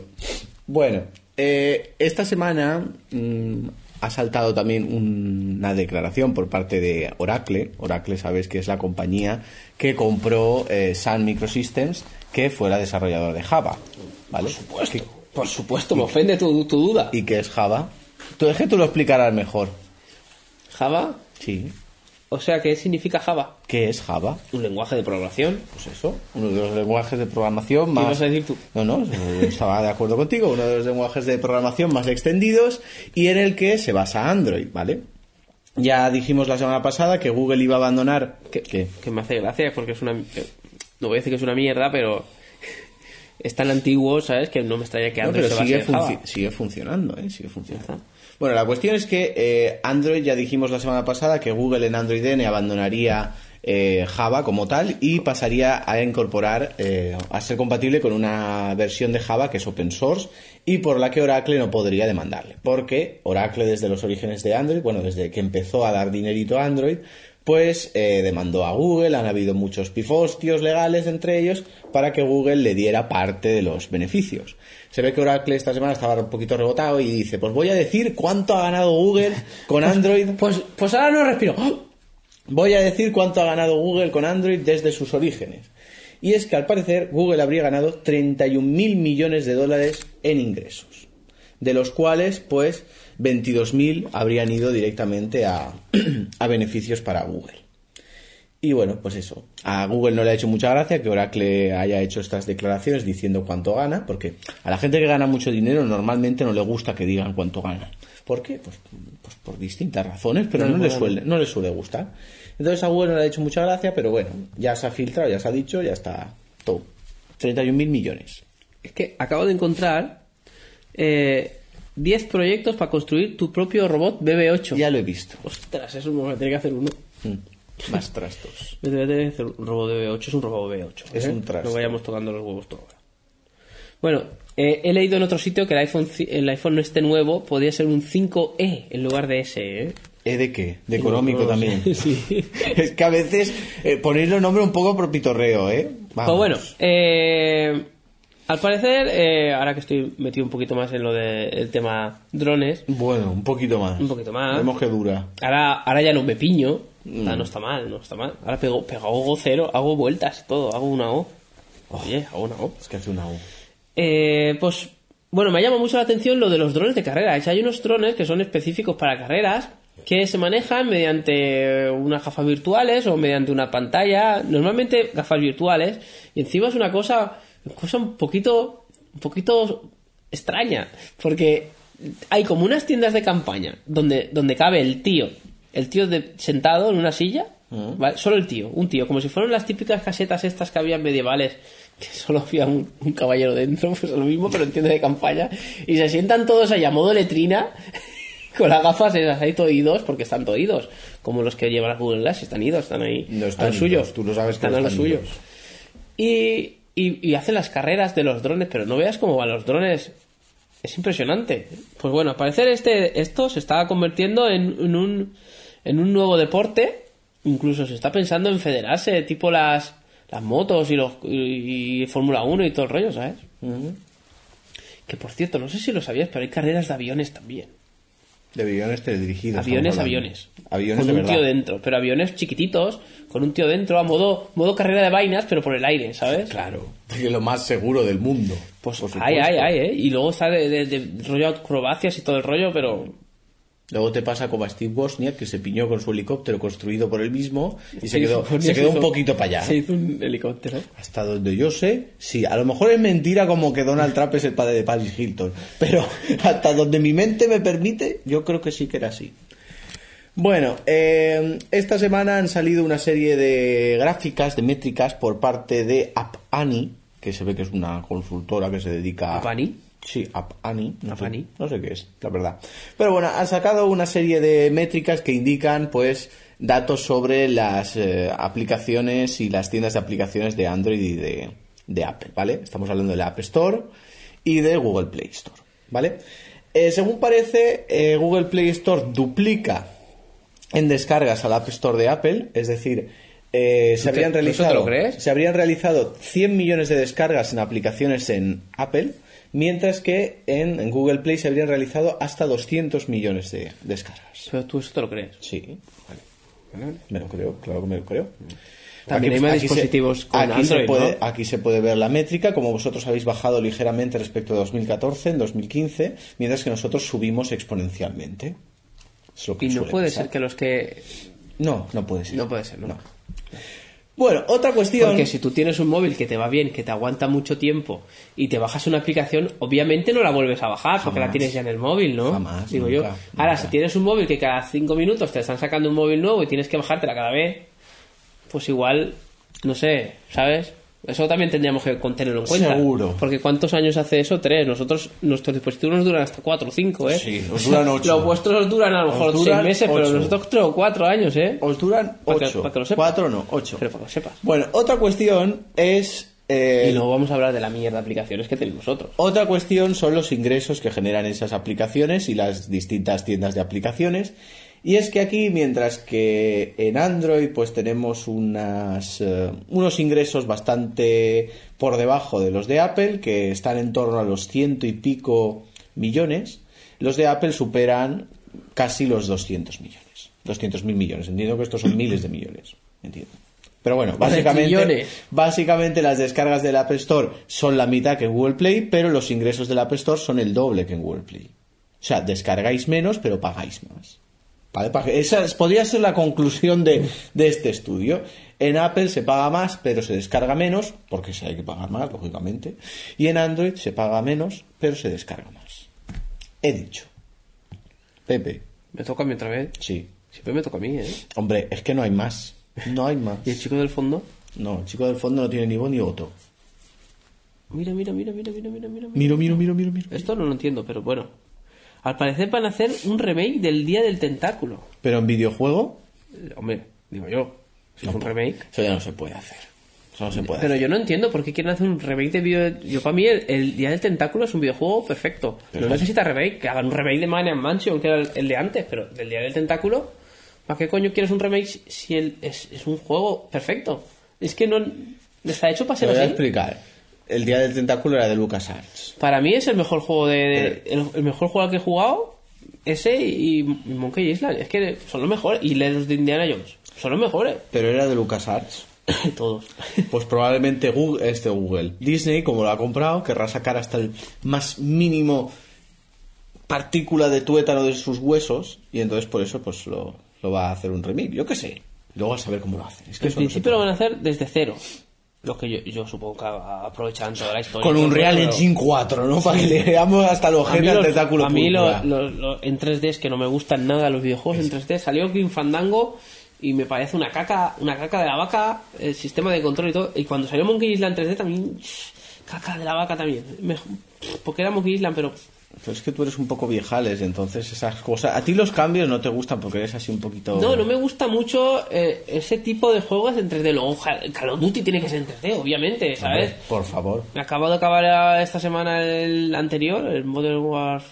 Speaker 2: Bueno, eh, esta semana mm, ha saltado también un- una declaración por parte de Oracle. Oracle, sabes que es la compañía que compró eh, Sun Microsystems, que fue la desarrolladora de Java. ¿Vale? Por supuesto.
Speaker 1: por supuesto, me ofende tu, tu duda.
Speaker 2: ¿Y qué es Java? Tú es que tú lo explicarás mejor.
Speaker 1: Java,
Speaker 2: Sí.
Speaker 1: o sea, ¿qué significa Java?
Speaker 2: ¿Qué es Java?
Speaker 1: Un lenguaje de programación.
Speaker 2: Pues eso, uno de los lenguajes de programación más...
Speaker 1: ibas a decir tú?
Speaker 2: No, no, estaba de acuerdo contigo, uno de los lenguajes de programación más extendidos y en el que se basa Android, ¿vale? Ya dijimos la semana pasada que Google iba a abandonar...
Speaker 1: que,
Speaker 2: ¿Qué?
Speaker 1: que me hace gracia porque es una eh, no voy a decir que es una mierda pero (laughs) es tan antiguo sabes que no me extraña que
Speaker 2: No,
Speaker 1: Android
Speaker 2: pero
Speaker 1: se
Speaker 2: sigue,
Speaker 1: base en Java.
Speaker 2: funci- sigue funcionando, ¿eh? Sigue
Speaker 1: Ya
Speaker 2: funcionando.
Speaker 1: está.
Speaker 2: Bueno, la cuestión es que eh, Android, ya dijimos la semana pasada, que Google en Android N abandonaría eh, Java como tal y pasaría a incorporar, eh, a ser compatible con una versión de Java que es open source y por la que Oracle no podría demandarle. Porque Oracle desde los orígenes de Android, bueno, desde que empezó a dar dinerito a Android, pues eh, demandó a Google, han habido muchos pifostios legales entre ellos para que Google le diera parte de los beneficios. Se ve que Oracle esta semana estaba un poquito rebotado y dice, pues voy a decir cuánto ha ganado Google
Speaker 1: (laughs)
Speaker 2: con Android,
Speaker 1: pues pues ahora no respiro ¡Oh!
Speaker 2: voy a decir cuánto ha ganado Google con Android desde sus orígenes. Y es que al parecer Google habría ganado 31 mil millones de dólares en ingresos, de los cuales pues 22 mil habrían ido directamente a- (clears throat) a beneficios para Google. Y bueno, pues eso. A Google no le ha hecho mucha gracia que Oracle haya hecho estas declaraciones diciendo cuánto gana, porque a la gente que gana mucho dinero normalmente no le gusta que digan cuánto gana. ¿Por qué? Pues, pues por distintas razones, pero no, le suele, no le suele gustar. Entonces a Google no le ha hecho mucha gracia, pero bueno, ya se ha filtrado, ya se ha dicho, ya está todo. 31 mil millones.
Speaker 1: es que acabo de encontrar eh, 10 proyectos para construir tu propio robot BB8
Speaker 2: Ya lo he visto.
Speaker 1: ostras eso me voy a tener que hacer uno
Speaker 2: Mm. Más trastos.
Speaker 1: me voy a tener que hacer un robot BB8 es un robot BB8
Speaker 2: Es
Speaker 1: ¿eh?
Speaker 2: un trasto.
Speaker 1: no vayamos tocando los huevos todo ahora. bueno eh, he leído en otro sitio que el iPhone ci- el iPhone este nuevo podría ser un 5e en lugar de S ¿eh?
Speaker 2: ¿Eh, de qué? De económico
Speaker 1: no,
Speaker 2: también.
Speaker 1: (laughs) sí.
Speaker 2: es que a veces eh, ponéis los nombres un poco por pitorreo, ¿eh? Vamos.
Speaker 1: Pues bueno, eh, al parecer, eh, ahora que estoy metido un poquito más en lo del tema drones,
Speaker 2: Bueno, un poquito más.
Speaker 1: Un poquito más.
Speaker 2: Vemos que dura.
Speaker 1: ahora, ahora ya no me piño. Ah,
Speaker 2: Mm.
Speaker 1: no está mal, no está mal. Ahora pego, pego cero, hago
Speaker 2: Oh.
Speaker 1: Oh. vueltas y todo, hago una O. Oye, hago una O.
Speaker 2: Es que hace una U.
Speaker 1: Eh, pues Bueno, me ha llamado mucho la atención lo de los drones de carrera. Es- Hay unos drones que son específicos para carreras que se manejan mediante unas gafas virtuales o mediante una pantalla, normalmente gafas virtuales, y encima es una cosa, cosa un poquito, un poquito extraña, porque hay como unas tiendas de campaña donde, donde cabe el tío, el tío de, sentado en una silla, ¿vale? solo el tío, un tío, como si fueran las típicas casetas estas que había medievales, (laughs) que solo había un, un caballero dentro, (laughs) pues lo mismo, pero en tienda de campaña, y se sientan todos allá a modo letrina. (laughs) Con las gafas esas ahí toídos, porque están toídos. Como los que llevan las Google Glass, están idos, están ahí.
Speaker 2: No
Speaker 1: a
Speaker 2: están
Speaker 1: lo suyo.
Speaker 2: idos, tú lo sabes que
Speaker 1: están
Speaker 2: no
Speaker 1: a lo
Speaker 2: están
Speaker 1: suyo.
Speaker 2: idos.
Speaker 1: Y, y, y hacen las carreras de los drones, pero no veas cómo van los drones. Es impresionante. Pues bueno, al parecer este, esto se está convirtiendo en, en un, en un nuevo deporte. Incluso se está pensando en federarse, tipo las, las motos y, los, y, y Fórmula 1 y todo el rollo, ¿sabes? Que por cierto, no sé si lo sabías, pero hay carreras de aviones también.
Speaker 2: De aviones teledirigidos.
Speaker 1: Aviones,
Speaker 2: estamos hablando.
Speaker 1: aviones.
Speaker 2: Aviones
Speaker 1: Con
Speaker 2: de
Speaker 1: un
Speaker 2: verdad.
Speaker 1: tío dentro, pero aviones chiquititos, con un tío dentro, a modo, modo carrera de vainas, pero por el aire, ¿sabes?
Speaker 2: Claro, porque lo más seguro del mundo.
Speaker 1: Pues
Speaker 2: por
Speaker 1: hay,
Speaker 2: supuesto.
Speaker 1: hay, hay, ¿eh? Y luego está de, de- de rollo acrobacias y todo el rollo, pero...
Speaker 2: Luego te pasa como a Steve Wozniak, que se piñó con su helicóptero construido por él mismo y se
Speaker 1: Sí,
Speaker 2: quedó,
Speaker 1: suponía
Speaker 2: se quedó un
Speaker 1: eso.
Speaker 2: poquito para allá.
Speaker 1: Se hizo un helicóptero.
Speaker 2: Hasta donde yo sé, sí. A lo mejor es mentira como que Donald Trump es el padre de Paris Hilton. Pero (laughs) hasta donde mi mente me permite, yo creo que sí que era así. Bueno, eh, esta semana han salido una serie de gráficas, de métricas por parte de App Annie, que se ve que es una consultora que se dedica a...
Speaker 1: ¿App Annie?
Speaker 2: Sí, App Annie. No,
Speaker 1: App
Speaker 2: sé,
Speaker 1: Annie.
Speaker 2: no sé qué es, la verdad. Pero bueno, han sacado una serie de métricas que indican, pues, datos sobre las eh, aplicaciones y las tiendas de aplicaciones de Android y de, de Apple, ¿vale? Estamos hablando de la App Store y de Google Play Store, ¿vale? Eh, según parece, eh, Google Play Store duplica en descargas al App Store de Apple, es decir, eh, se
Speaker 1: ¿Tú te-
Speaker 2: habrían
Speaker 1: tú eso te
Speaker 2: realizado
Speaker 1: lo crees?
Speaker 2: se habrían realizado 100 millones de descargas en aplicaciones en Apple, mientras que en, en Google Play se habrían realizado hasta 200 millones de descargas.
Speaker 1: Pero tú eso te lo crees.
Speaker 2: Sí, me lo creo, claro que me lo creo.
Speaker 1: También hay más dispositivos
Speaker 2: se,
Speaker 1: con
Speaker 2: aquí se
Speaker 1: Android,
Speaker 2: puede,
Speaker 1: ¿no?
Speaker 2: Aquí se puede ver la métrica, como vosotros habéis bajado ligeramente respecto de 2014, en 2015, mientras que nosotros subimos exponencialmente. Es lo que
Speaker 1: Y no
Speaker 2: Pues suele
Speaker 1: puede
Speaker 2: pasar.
Speaker 1: ser que los que...
Speaker 2: No, no puede ser.
Speaker 1: No puede ser, ¿no?
Speaker 2: Bueno, otra cuestión...
Speaker 1: Porque si tú tienes un móvil que te va bien, que te aguanta mucho tiempo, y te bajas una aplicación, obviamente no la vuelves a bajar, porque
Speaker 2: Jamás.
Speaker 1: la tienes ya en el móvil, ¿no?
Speaker 2: Jamás,
Speaker 1: Digo yo.
Speaker 2: nunca,
Speaker 1: Ahora,
Speaker 2: nunca.
Speaker 1: si tienes un móvil que cada cinco minutos te están sacando un móvil nuevo y tienes que bajártela cada vez, pues igual, no sé, ¿sabes? Eso también tendríamos que con- tenerlo en cuenta.
Speaker 2: Seguro.
Speaker 1: Porque ¿cuántos años hace eso? Tres. Nosotros, nuestros dispositivos nos duran hasta cuatro o cinco, ¿eh?
Speaker 2: Sí, nos duran ocho.
Speaker 1: Los vuestros os duran a lo
Speaker 2: Os
Speaker 1: mejor seis
Speaker 2: duran
Speaker 1: meses,
Speaker 2: ocho.
Speaker 1: pero nosotros tres o cuatro años, ¿eh?
Speaker 2: Os duran
Speaker 1: Para que-
Speaker 2: 8.
Speaker 1: para que lo sepas.
Speaker 2: 4 no, 8.
Speaker 1: Pero para que lo sepas.
Speaker 2: Bueno, otra cuestión es... eh,
Speaker 1: Y luego vamos a hablar de la mierda de aplicaciones que tenemos nosotros.
Speaker 2: Otra cuestión son los ingresos que generan esas aplicaciones y las distintas tiendas de aplicaciones. Y es que aquí, mientras que en Android, pues tenemos unas, eh, unos ingresos bastante por debajo de los de Apple, que están en torno a los ciento y pico millones, los de Apple superan casi los 200 millones. 200 mil millones. Entiendo que estos son miles de millones. Entiendo. Pero bueno, básicamente,
Speaker 1: Trillones.
Speaker 2: Básicamente las descargas del App Store son la mitad que en Google Play, pero los ingresos del App Store son el doble que en Google Play. O sea, descargáis menos, pero pagáis más. ¿Vale? Pa- Esa es- podría ser la conclusión de, de este estudio. En Apple se paga más, pero se descarga menos, porque se hay que pagar más, lógicamente. Y en Android se paga menos, pero se descarga más. He dicho. Pepe,
Speaker 1: Me toca a mí otra vez.
Speaker 2: sí.
Speaker 1: Siempre me toca a mí, ¿eh?
Speaker 2: Hombre, es que no hay más. No hay más.
Speaker 1: Y el chico del fondo.
Speaker 2: (laughs) No, el chico del fondo no tiene ni voz ni voto.
Speaker 1: Mira, mira, mira, mira, mira, mira, mira. mira.
Speaker 2: Miro, miro, miro, miro, miro.
Speaker 1: Esto no lo entiendo, pero bueno. Al parecer van a hacer un remake del Día del Tentáculo.
Speaker 2: Pero en videojuego,
Speaker 1: Eh, Hombre, digo yo. Si es un remake.
Speaker 2: eso ya no se puede hacer. Eso no se puede
Speaker 1: Pero
Speaker 2: hacer.
Speaker 1: yo no entiendo por qué quieren hacer un remake de video. Yo, para mí, el, el Día del Tentáculo es un videojuego perfecto.
Speaker 2: Pero
Speaker 1: no
Speaker 2: es-
Speaker 1: necesita remake. Que hagan un remake de Maniac Mansion, que era el, el de antes, pero del Día del Tentáculo. ¿Para qué coño quieres un remake si- si el, es, es un juego perfecto? Es que no. Está hecho para
Speaker 2: Te
Speaker 1: ser
Speaker 2: voy a
Speaker 1: así.
Speaker 2: explicar. El día del tentáculo era de Lucas Arts.
Speaker 1: Para mí es el mejor juego
Speaker 2: Eh.
Speaker 1: de. El, el mejor juego al que he jugado. Ese y, y Monkey Island. Es que son los mejores. (coughs) Y los de Indiana Jones. Son los mejores.
Speaker 2: Pero era de Lucas Arts.
Speaker 1: Todos.
Speaker 2: (laughs) Pues probablemente Google, este Google. Disney, como lo ha comprado, querrá sacar hasta el más mínimo partícula de tuétano de sus huesos y entonces por eso pues lo, lo va a hacer un remake. Yo qué sé. Luego a saber cómo lo hacen. Es que
Speaker 1: En
Speaker 2: eso no se
Speaker 1: principio lo
Speaker 2: puede.
Speaker 1: van a hacer desde cero. Lo que yo, yo supongo que aprovechan toda la historia.
Speaker 2: Con un
Speaker 1: Pero-
Speaker 2: Real Engine 4, ¿no? (laughs) Para que le veamos hasta los
Speaker 1: A mí,
Speaker 2: ojete al
Speaker 1: los-
Speaker 2: tentáculo.
Speaker 1: a mí lo-
Speaker 2: púrpura.
Speaker 1: lo- lo- en 3D es que no me gustan nada los videojuegos en 3D. Salió Grim Fandango y me parece una caca, una caca de la vaca, el sistema de control y todo. Y cuando salió Monkey Island 3D también, caca de la vaca también. Me- porque era Monkey Island, pero
Speaker 2: Pero es que tú eres un poco viejales, entonces esas cosas... A ti los cambios no te gustan porque eres así un poquito...
Speaker 1: no, no me gusta mucho eh, ese tipo de juegos en 3D. Luego ja- Call of Duty tiene que ser en 3D, obviamente,
Speaker 2: Hombre,
Speaker 1: ¿sabes?
Speaker 2: Por favor.
Speaker 1: Me acabo de acabar esta semana el anterior, el Modern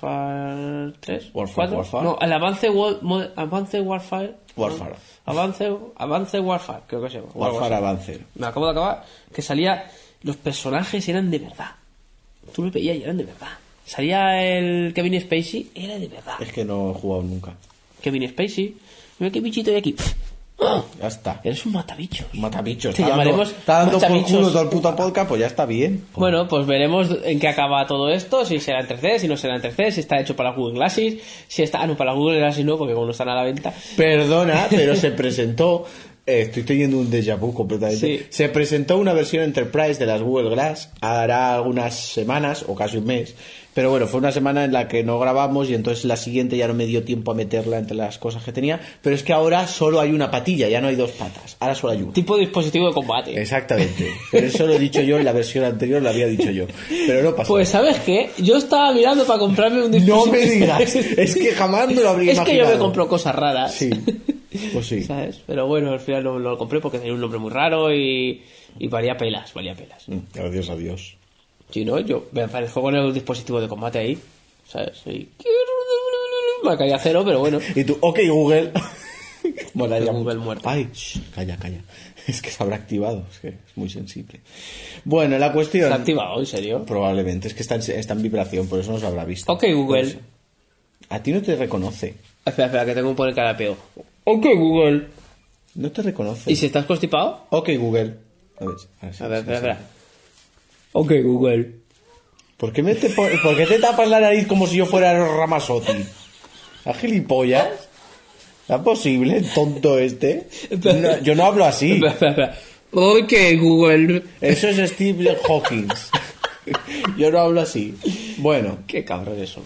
Speaker 1: Warfare 3.
Speaker 2: Warfare,
Speaker 1: 4.
Speaker 2: Warfare.
Speaker 1: No, el Advanced, War- Mo- Advanced Warfare.
Speaker 2: Warfare.
Speaker 1: Avance, Avance Warfare, creo que se llama.
Speaker 2: Warfare Advanced.
Speaker 1: Me acabo de acabar que salía. Los personajes eran de verdad. Tú los veías y eran de verdad. Salía el Kevin Spacey, era de verdad.
Speaker 2: Es que no he jugado nunca.
Speaker 1: Kevin Spacey. Mira qué bichito hay aquí.
Speaker 2: Ya está.
Speaker 1: Eres un matabichos.
Speaker 2: Matabichos.
Speaker 1: Te
Speaker 2: está dando-
Speaker 1: llamaremos
Speaker 2: está dando por
Speaker 1: matabichos.
Speaker 2: culo todo el puto podcast, pues ya está bien.
Speaker 1: Bueno, pues veremos en qué acaba todo esto, si será en 3D, si no será en 3D, si está hecho para Google Glasses, si está... Ah, no, para Google Glasses no, porque como no están a la venta... (laughs)
Speaker 2: Perdona, pero se presentó. eh, estoy teniendo un déjà vu completamente.
Speaker 1: Sí.
Speaker 2: Se presentó una versión Enterprise de las Google Glass. Hará algunas semanas o casi un mes. Pero bueno, fue una semana en la que no grabamos y entonces la siguiente ya no me dio tiempo a meterla entre las cosas que tenía. Pero es que ahora solo hay una patilla, ya no hay dos patas. Ahora solo hay una.
Speaker 1: Tipo dispositivo de combate.
Speaker 2: Exactamente. (laughs) Pero eso lo he dicho yo en la versión anterior, lo había dicho yo. Pero no pasó.
Speaker 1: Pues, ¿sabes qué? Yo estaba mirando para comprarme un
Speaker 2: (laughs) no
Speaker 1: dispositivo...
Speaker 2: me digas. (laughs) Es que
Speaker 1: (laughs)
Speaker 2: jamás me lo habría
Speaker 1: Es que yo
Speaker 2: imaginado.
Speaker 1: me compro cosas raras.
Speaker 2: Sí. Pues
Speaker 1: (laughs)
Speaker 2: sí.
Speaker 1: ¿Sabes? Pero bueno, al final no lo compré porque tenía un nombre muy raro y, y valía pelas, valía pelas.
Speaker 2: Mm, Gracias a Dios.
Speaker 1: Si no, yo me aparezco con el dispositivo de combate ahí, ¿sabes? Y... (laughs) Me caía cero, pero bueno.
Speaker 2: Y tú, ok Google. (laughs) Molaría
Speaker 1: Google
Speaker 2: mucho.
Speaker 1: muerto.
Speaker 2: Ay, shh, calla, calla. (laughs) Es que se habrá activado, es que es muy sensible. Bueno, la cuestión...
Speaker 1: Está activado, en serio.
Speaker 2: Probablemente, es que está en, está en vibración, por eso nos habrá visto.
Speaker 1: Ok, Google.
Speaker 2: A ti no te reconoce.
Speaker 1: Espera, espera, que tengo que poner carapeo. Ok, Google.
Speaker 2: No te reconoce.
Speaker 1: ¿Y si estás constipado?
Speaker 2: Ok, Google. A ver, a ver,
Speaker 1: A ver, espera,
Speaker 2: sí, sí.
Speaker 1: espera. Ok, Google.
Speaker 2: ¿Por qué, me te, pon- por qué te tapas la nariz como si yo fuera Ramasotti? ¿A gilipollas? ¿Es posible, tonto este? No, yo no hablo
Speaker 1: (laughs)
Speaker 2: así.
Speaker 1: Espera, espera, espera. Ok, Google.
Speaker 2: Eso es Steve Hawkins. Yo no hablo así. Bueno,
Speaker 1: Qué cabrón eso.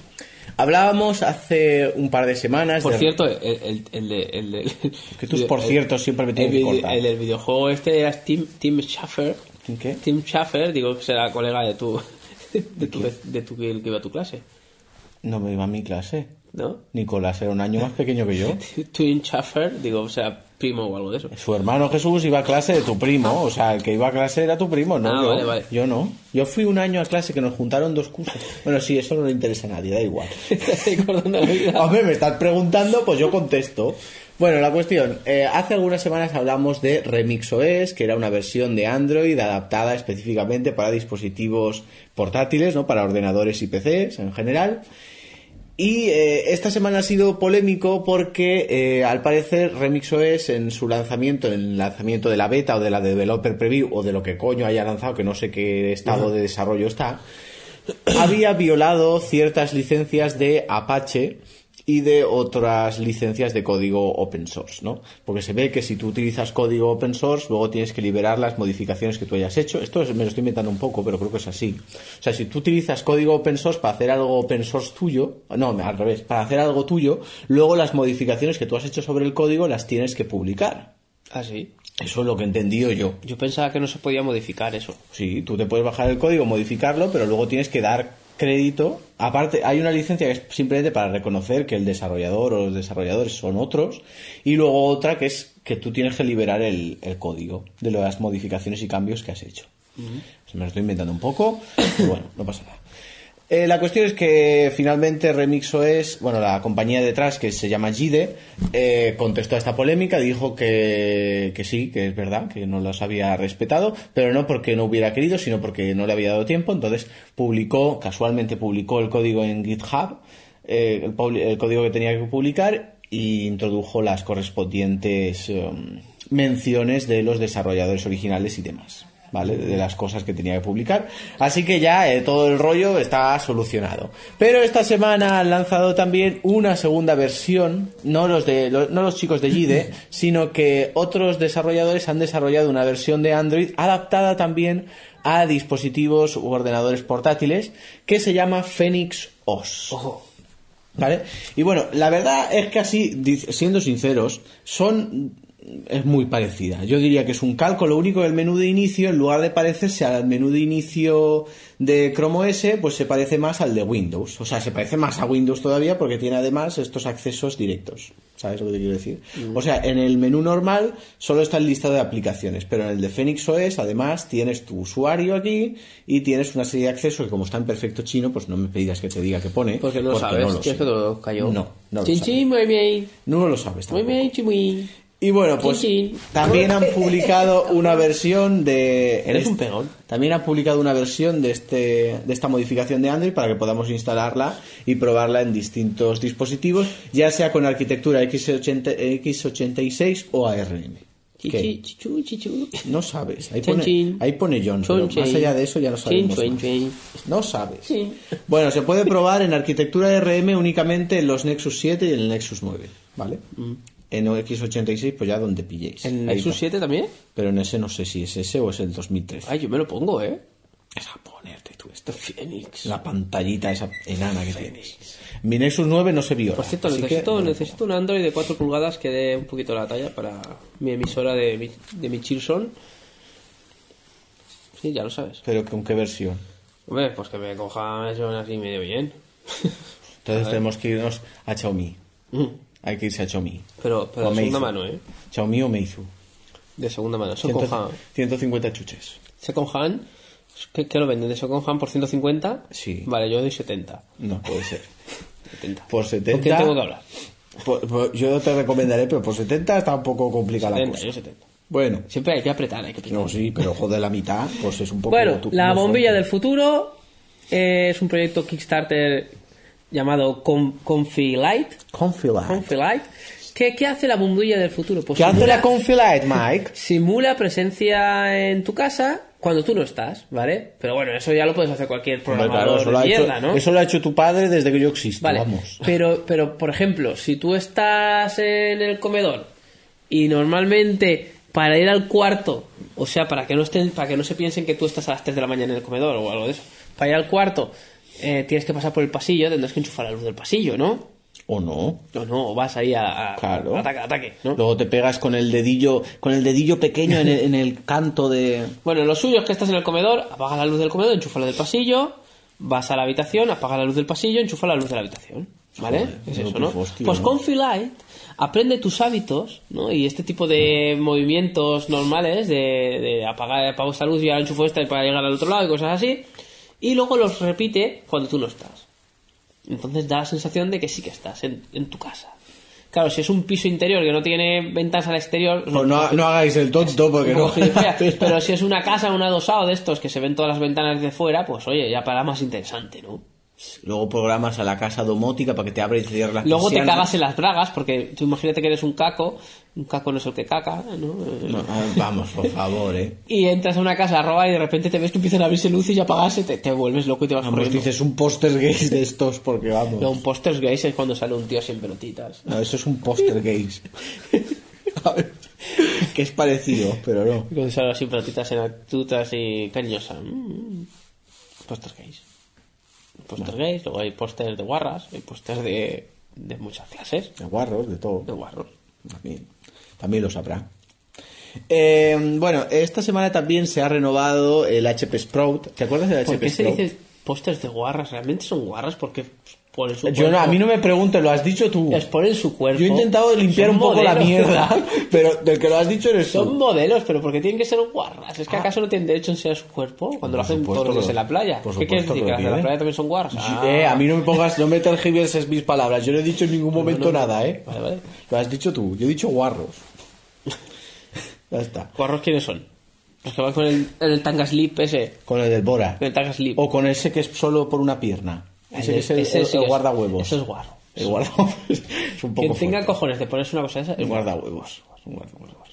Speaker 2: hablábamos hace un par de semanas.
Speaker 1: Por
Speaker 2: de-
Speaker 1: cierto, el, el, el, de- el, de-
Speaker 2: Este- Que tus por
Speaker 1: el-
Speaker 2: ciertos siempre me tienen
Speaker 1: el
Speaker 2: que
Speaker 1: vide-
Speaker 2: cortar. ¿Eh?
Speaker 1: El del videojuego este era Tim, Tim Schaffer.
Speaker 2: ¿Qué?
Speaker 1: Tim Schaffer, digo que será colega de tu. (laughs) de tu, de tu el que iba a tu clase,
Speaker 2: No me iba a mi clase. (laughs)
Speaker 1: ¿no?
Speaker 2: Nicolás era un año más pequeño que yo.
Speaker 1: Tim Schaffer, digo, será primo o algo de
Speaker 2: (laughs)
Speaker 1: eso.
Speaker 2: Su hermano Jesús iba a clase de tu primo. O sea, el que iba a clase era tu primo, ¿no?
Speaker 1: Ah,
Speaker 2: yo,
Speaker 1: vale, vale.
Speaker 2: yo no. Yo fui un año a clase que nos juntaron dos cursos. Bueno, sí, eso no le interesa a nadie, da igual.
Speaker 1: Estás recordando la vida.
Speaker 2: (laughs) Hombre, me estás preguntando, pues yo contesto. Bueno, la cuestión. eh, hace algunas semanas hablamos de Remix OS, que era una versión de Android adaptada específicamente para dispositivos portátiles, ¿no? Para ordenadores y PCs en general. Y eh, esta semana ha sido polémico porque eh, al parecer Remix OS en su lanzamiento, en el lanzamiento de la beta o de la developer preview o de lo que coño haya lanzado, que no sé qué estado de desarrollo está, había violado ciertas licencias de Apache y de otras licencias de código open source, ¿no? Porque se ve que si tú utilizas código open source, luego tienes que liberar las modificaciones que tú hayas hecho. Esto es- me lo estoy inventando un poco, pero creo que es así. O sea, si tú utilizas código open source para hacer algo open source tuyo, no, al revés, para hacer algo tuyo, luego las modificaciones que tú has hecho sobre el código las tienes que publicar.
Speaker 1: Ah, sí.
Speaker 2: Eso es lo que he entendido yo.
Speaker 1: Yo pensaba que no se podía modificar eso.
Speaker 2: Sí, tú te puedes bajar el código, modificarlo, pero luego tienes que dar crédito. Aparte, hay una licencia que es simplemente para reconocer que el desarrollador o los desarrolladores son otros, y luego otra que es que tú tienes que liberar el, el código de las modificaciones y cambios que has hecho. Se me lo estoy inventando un poco, pero bueno, no pasa nada. Eh, la cuestión es que finalmente Remix OS, bueno, la compañía detrás que se llama Gide, eh, contestó a esta polémica, dijo que, que sí, que es verdad, que no las había respetado, pero no porque no hubiera querido, sino porque no le había dado tiempo. Entonces publicó, casualmente publicó el código en GitHub, eh, el, publi- el código que tenía que publicar, y introdujo las correspondientes eh, menciones de los desarrolladores originales y demás, ¿vale? De las cosas que tenía que publicar. Así que ya eh, todo el rollo está solucionado. Pero esta semana han lanzado también una segunda versión, no los, de, lo- no los chicos de Jide, sino que otros desarrolladores han desarrollado una versión de Android adaptada también a dispositivos u ordenadores portátiles que se llama Phoenix
Speaker 1: Oh,
Speaker 2: OS. ¿Vale? Y bueno, la verdad es que así, dic- siendo sinceros, son es muy parecida. Yo diría que es un calco, lo único que el menú de inicio, en lugar de parecerse al menú de inicio de Chrome OS, pues se parece más al de Windows. O sea, se parece más a Windows todavía porque tiene además estos accesos directos. ¿Sabes lo que te quiero decir? O sea, en el menú normal solo está el listado de aplicaciones, pero en el de Phoenix OS además tienes tu usuario aquí y tienes una serie de accesos que como está en perfecto chino, pues no me pedidas que te diga que pone.
Speaker 1: Porque no lo
Speaker 2: porque
Speaker 1: sabes,
Speaker 2: lo
Speaker 1: que
Speaker 2: sé.
Speaker 1: es que te lo cayó.
Speaker 2: No, no lo
Speaker 1: Chin,
Speaker 2: sabe.
Speaker 1: chin, muy bien.
Speaker 2: No lo sabes
Speaker 1: Muy
Speaker 2: tampoco.
Speaker 1: bien, chimui.
Speaker 2: Y bueno, pues
Speaker 1: Chin, chin.
Speaker 2: también han publicado una versión de...
Speaker 1: Eres
Speaker 2: este-
Speaker 1: un pegón.
Speaker 2: También han publicado una versión de, este, de esta modificación de Android para que podamos instalarla y probarla en distintos dispositivos, ya sea con arquitectura X80, X86 o ARM. ¿Qué?
Speaker 1: Chichi, chichu, chichu.
Speaker 2: No sabes. Ahí
Speaker 1: Chin,
Speaker 2: pone,
Speaker 1: chin.
Speaker 2: ahí pone John, pero
Speaker 1: Chon,
Speaker 2: más
Speaker 1: chin.
Speaker 2: allá de eso ya no
Speaker 1: Chin,
Speaker 2: sabemos
Speaker 1: chuen,
Speaker 2: más.
Speaker 1: chuen.
Speaker 2: No sabes.
Speaker 1: Sí.
Speaker 2: Bueno, se puede probar en arquitectura RM únicamente en los Nexus 7 y en el Nexus 9, ¿vale? En X86, pues ya donde pilléis.
Speaker 1: Mm. ¿En
Speaker 2: Ahí
Speaker 1: Nexus
Speaker 2: está.
Speaker 1: 7 también?
Speaker 2: Pero en ese no sé si es ese o es el 2013.
Speaker 1: Ay, yo me lo pongo, ¿eh?
Speaker 2: Es a ponerte tú esto.
Speaker 1: Fénix.
Speaker 2: La pantallita esa enana que tienes. Mi Nexus 9 no se vio.
Speaker 1: Por cierto, necesito, necesito un Android de 4 pulgadas que dé un poquito la talla para mi emisora de mi, de mi Chilson. Sí, ya lo sabes.
Speaker 2: Pero ¿con qué versión?
Speaker 1: Hombre, pues que me coja eso así medio bien.
Speaker 2: Entonces tenemos que irnos a Xiaomi.
Speaker 1: Mm.
Speaker 2: Hay que irse a Xiaomi.
Speaker 1: (laughs) Pero, pero
Speaker 2: O
Speaker 1: de segunda
Speaker 2: Meizu.
Speaker 1: mano, ¿eh?
Speaker 2: Xiaomi o Meizu.
Speaker 1: De segunda mano.
Speaker 2: Ciento-
Speaker 1: Secondhand.
Speaker 2: 150 chuches.
Speaker 1: Secondhand. ¿Qué, qué lo venden? ¿De Secondhand por 150?
Speaker 2: Sí.
Speaker 1: Vale, yo doy 70.
Speaker 2: No puede ser.
Speaker 1: 70.
Speaker 2: Por
Speaker 1: ¿Con quién
Speaker 2: 70.
Speaker 1: tengo que hablar?
Speaker 2: Por- por- Pues, yo te recomendaré, pero por 70 está un poco complicada
Speaker 1: 70,
Speaker 2: la
Speaker 1: yo
Speaker 2: cosa.
Speaker 1: 70.
Speaker 2: Bueno,
Speaker 1: Siempre hay que apretar, hay que apretar.
Speaker 2: no, sí, pero joder, la mitad, pues es un poco.
Speaker 1: Bueno,
Speaker 2: tu-
Speaker 1: la
Speaker 2: muy
Speaker 1: bombilla
Speaker 2: fuerte.
Speaker 1: del futuro eh, es un proyecto Kickstarter llamado Con- Confilight.
Speaker 2: Confilite.
Speaker 1: Confilight. ¿Qué, ¿Qué hace la bombilla del futuro? Pues
Speaker 2: ¿Qué hace
Speaker 1: simula-
Speaker 2: la Confilite, Mike?
Speaker 1: simula presencia en tu casa cuando tú no estás, ¿vale? Pero bueno, eso ya lo puedes hacer cualquier
Speaker 2: Hombre,
Speaker 1: programador
Speaker 2: claro, eso lo,
Speaker 1: de
Speaker 2: ha
Speaker 1: mierda,
Speaker 2: hecho,
Speaker 1: ¿no?
Speaker 2: eso lo ha hecho tu padre desde que yo existo,
Speaker 1: Vale,
Speaker 2: vamos.
Speaker 1: Pero, pero, por ejemplo, si tú estás en el comedor y normalmente para ir al cuarto, o sea, para que no estén, para que no se piensen que tú estás a las 3 de la mañana en el comedor o algo de eso, para ir al cuarto eh, tienes que pasar por el pasillo, tendrás que enchufar la luz del pasillo, ¿no?
Speaker 2: ¿O no?
Speaker 1: O no, o vas ahí a, a-
Speaker 2: Claro.
Speaker 1: ataque, ataque, ¿no?
Speaker 2: Luego te pegas con el dedillo, con el dedillo pequeño en el, en el canto de.
Speaker 1: Bueno, lo suyo es que estás en el comedor, apagas la luz del comedor, enchufas la del pasillo, vas a la habitación, apagas la luz del pasillo, enchufas la luz de la habitación. ¿Vale?
Speaker 2: Joder,
Speaker 1: es
Speaker 2: eso
Speaker 1: eso,
Speaker 2: es
Speaker 1: ¿no?
Speaker 2: tufo, hostia,
Speaker 1: pues
Speaker 2: ¿no?
Speaker 1: con Filight aprende tus hábitos, ¿no? Y este tipo de
Speaker 2: Mm.
Speaker 1: movimientos normales de, de apagar, apago esta luz y ahora enchufo esta para llegar al otro lado y cosas así. Y luego los repite cuando tú no estás. Entonces da la sensación de que sí que estás en, en tu casa. Claro, si es un piso interior que no tiene ventanas al exterior,
Speaker 2: Pues no, no hagáis el tonto porque
Speaker 1: un
Speaker 2: no.
Speaker 1: poco
Speaker 2: (laughs)
Speaker 1: gilipollas, pero si es una casa, un adosado de estos que se ven todas las ventanas de fuera, pues oye, ya para más interesante, ¿no?
Speaker 2: Luego programas a la casa domótica para que te abra y cierre las
Speaker 1: Luego te
Speaker 2: persianas.
Speaker 1: cagas en las bragas, porque tú imagínate que eres un caco, un caco no es el que caca, ¿no? Eh,
Speaker 2: No, ah, vamos, por favor, eh.
Speaker 1: Y entras a una casa a robar y de repente te ves que empiezan a abrirse luces y apagarse, te, te vuelves loco y te vas
Speaker 2: Vamos,
Speaker 1: corriendo.
Speaker 2: dices un póster gay de estos porque vamos.
Speaker 1: Ah, No, un póster gay es cuando sale un tío sin pelotitas.
Speaker 2: No, eso es un
Speaker 1: (laughs)
Speaker 2: póster gays. A ver, que es parecido, pero no.
Speaker 1: Cuando sale sin pelotitas en actutas y cariñosa. Mm. Póster gays. Póster gays, luego hay póster de guarras, hay póster de, de muchas clases.
Speaker 2: De guarros, de todo.
Speaker 1: De guarros.
Speaker 2: También, también lo sabrá. Eh, bueno, esta semana también se ha renovado el HP Sprout. ¿Te acuerdas del
Speaker 1: ¿Por
Speaker 2: HP
Speaker 1: qué se
Speaker 2: Sprout?
Speaker 1: dice pósters de guarras? ¿Realmente son guarras? Porque ponen su
Speaker 2: Yo no, a
Speaker 1: cuerpo-
Speaker 2: mí no me preguntes, lo has dicho tú.
Speaker 1: Les ponen su cuerpo.
Speaker 2: Yo he intentado limpiar
Speaker 1: Son
Speaker 2: un poco la
Speaker 1: modelos.
Speaker 2: mierda, (laughs) pero del que lo has dicho
Speaker 1: (laughs)
Speaker 2: eres
Speaker 1: Son
Speaker 2: tú.
Speaker 1: modelos, pero porque tienen que ser guarras. Es que acaso no tienen derecho a enseñar su cuerpo cuando lo
Speaker 2: Por
Speaker 1: hacen
Speaker 2: supuesto
Speaker 1: todos los
Speaker 2: que
Speaker 1: días en
Speaker 2: lo-
Speaker 1: la playa.
Speaker 2: por
Speaker 1: ¿Qué quieres
Speaker 2: supuesto
Speaker 1: decir? Que las de
Speaker 2: que lo
Speaker 1: la
Speaker 2: tienen.
Speaker 1: playa también son guarras. Ah,
Speaker 2: Eh, a mí no me pongas, no me tergiverses mis palabras. Yo no he dicho en ningún
Speaker 1: no,
Speaker 2: momento
Speaker 1: no.
Speaker 2: nada, ¿eh?
Speaker 1: Vale, vale.
Speaker 2: Lo has dicho tú, yo he dicho guarros. ya está.
Speaker 1: ¿Guarros quiénes son? Los que van con el, el tanga slip ese.
Speaker 2: Con el del Bora.
Speaker 1: El tanga slip.
Speaker 2: O con ese que es solo por una pierna. Ese,
Speaker 1: Ah, Ese-
Speaker 2: que es el,
Speaker 1: ese
Speaker 2: el-
Speaker 1: sí
Speaker 2: el
Speaker 1: que es-
Speaker 2: guardahuevos.
Speaker 1: ese es guarro.
Speaker 2: El guardahuevos. es un poco
Speaker 1: Quien tenga
Speaker 2: fuerte.
Speaker 1: cojones de ponerse una cosa de esa.
Speaker 2: El
Speaker 1: es guarro.
Speaker 2: guardahuevos. Es un guardahuevos.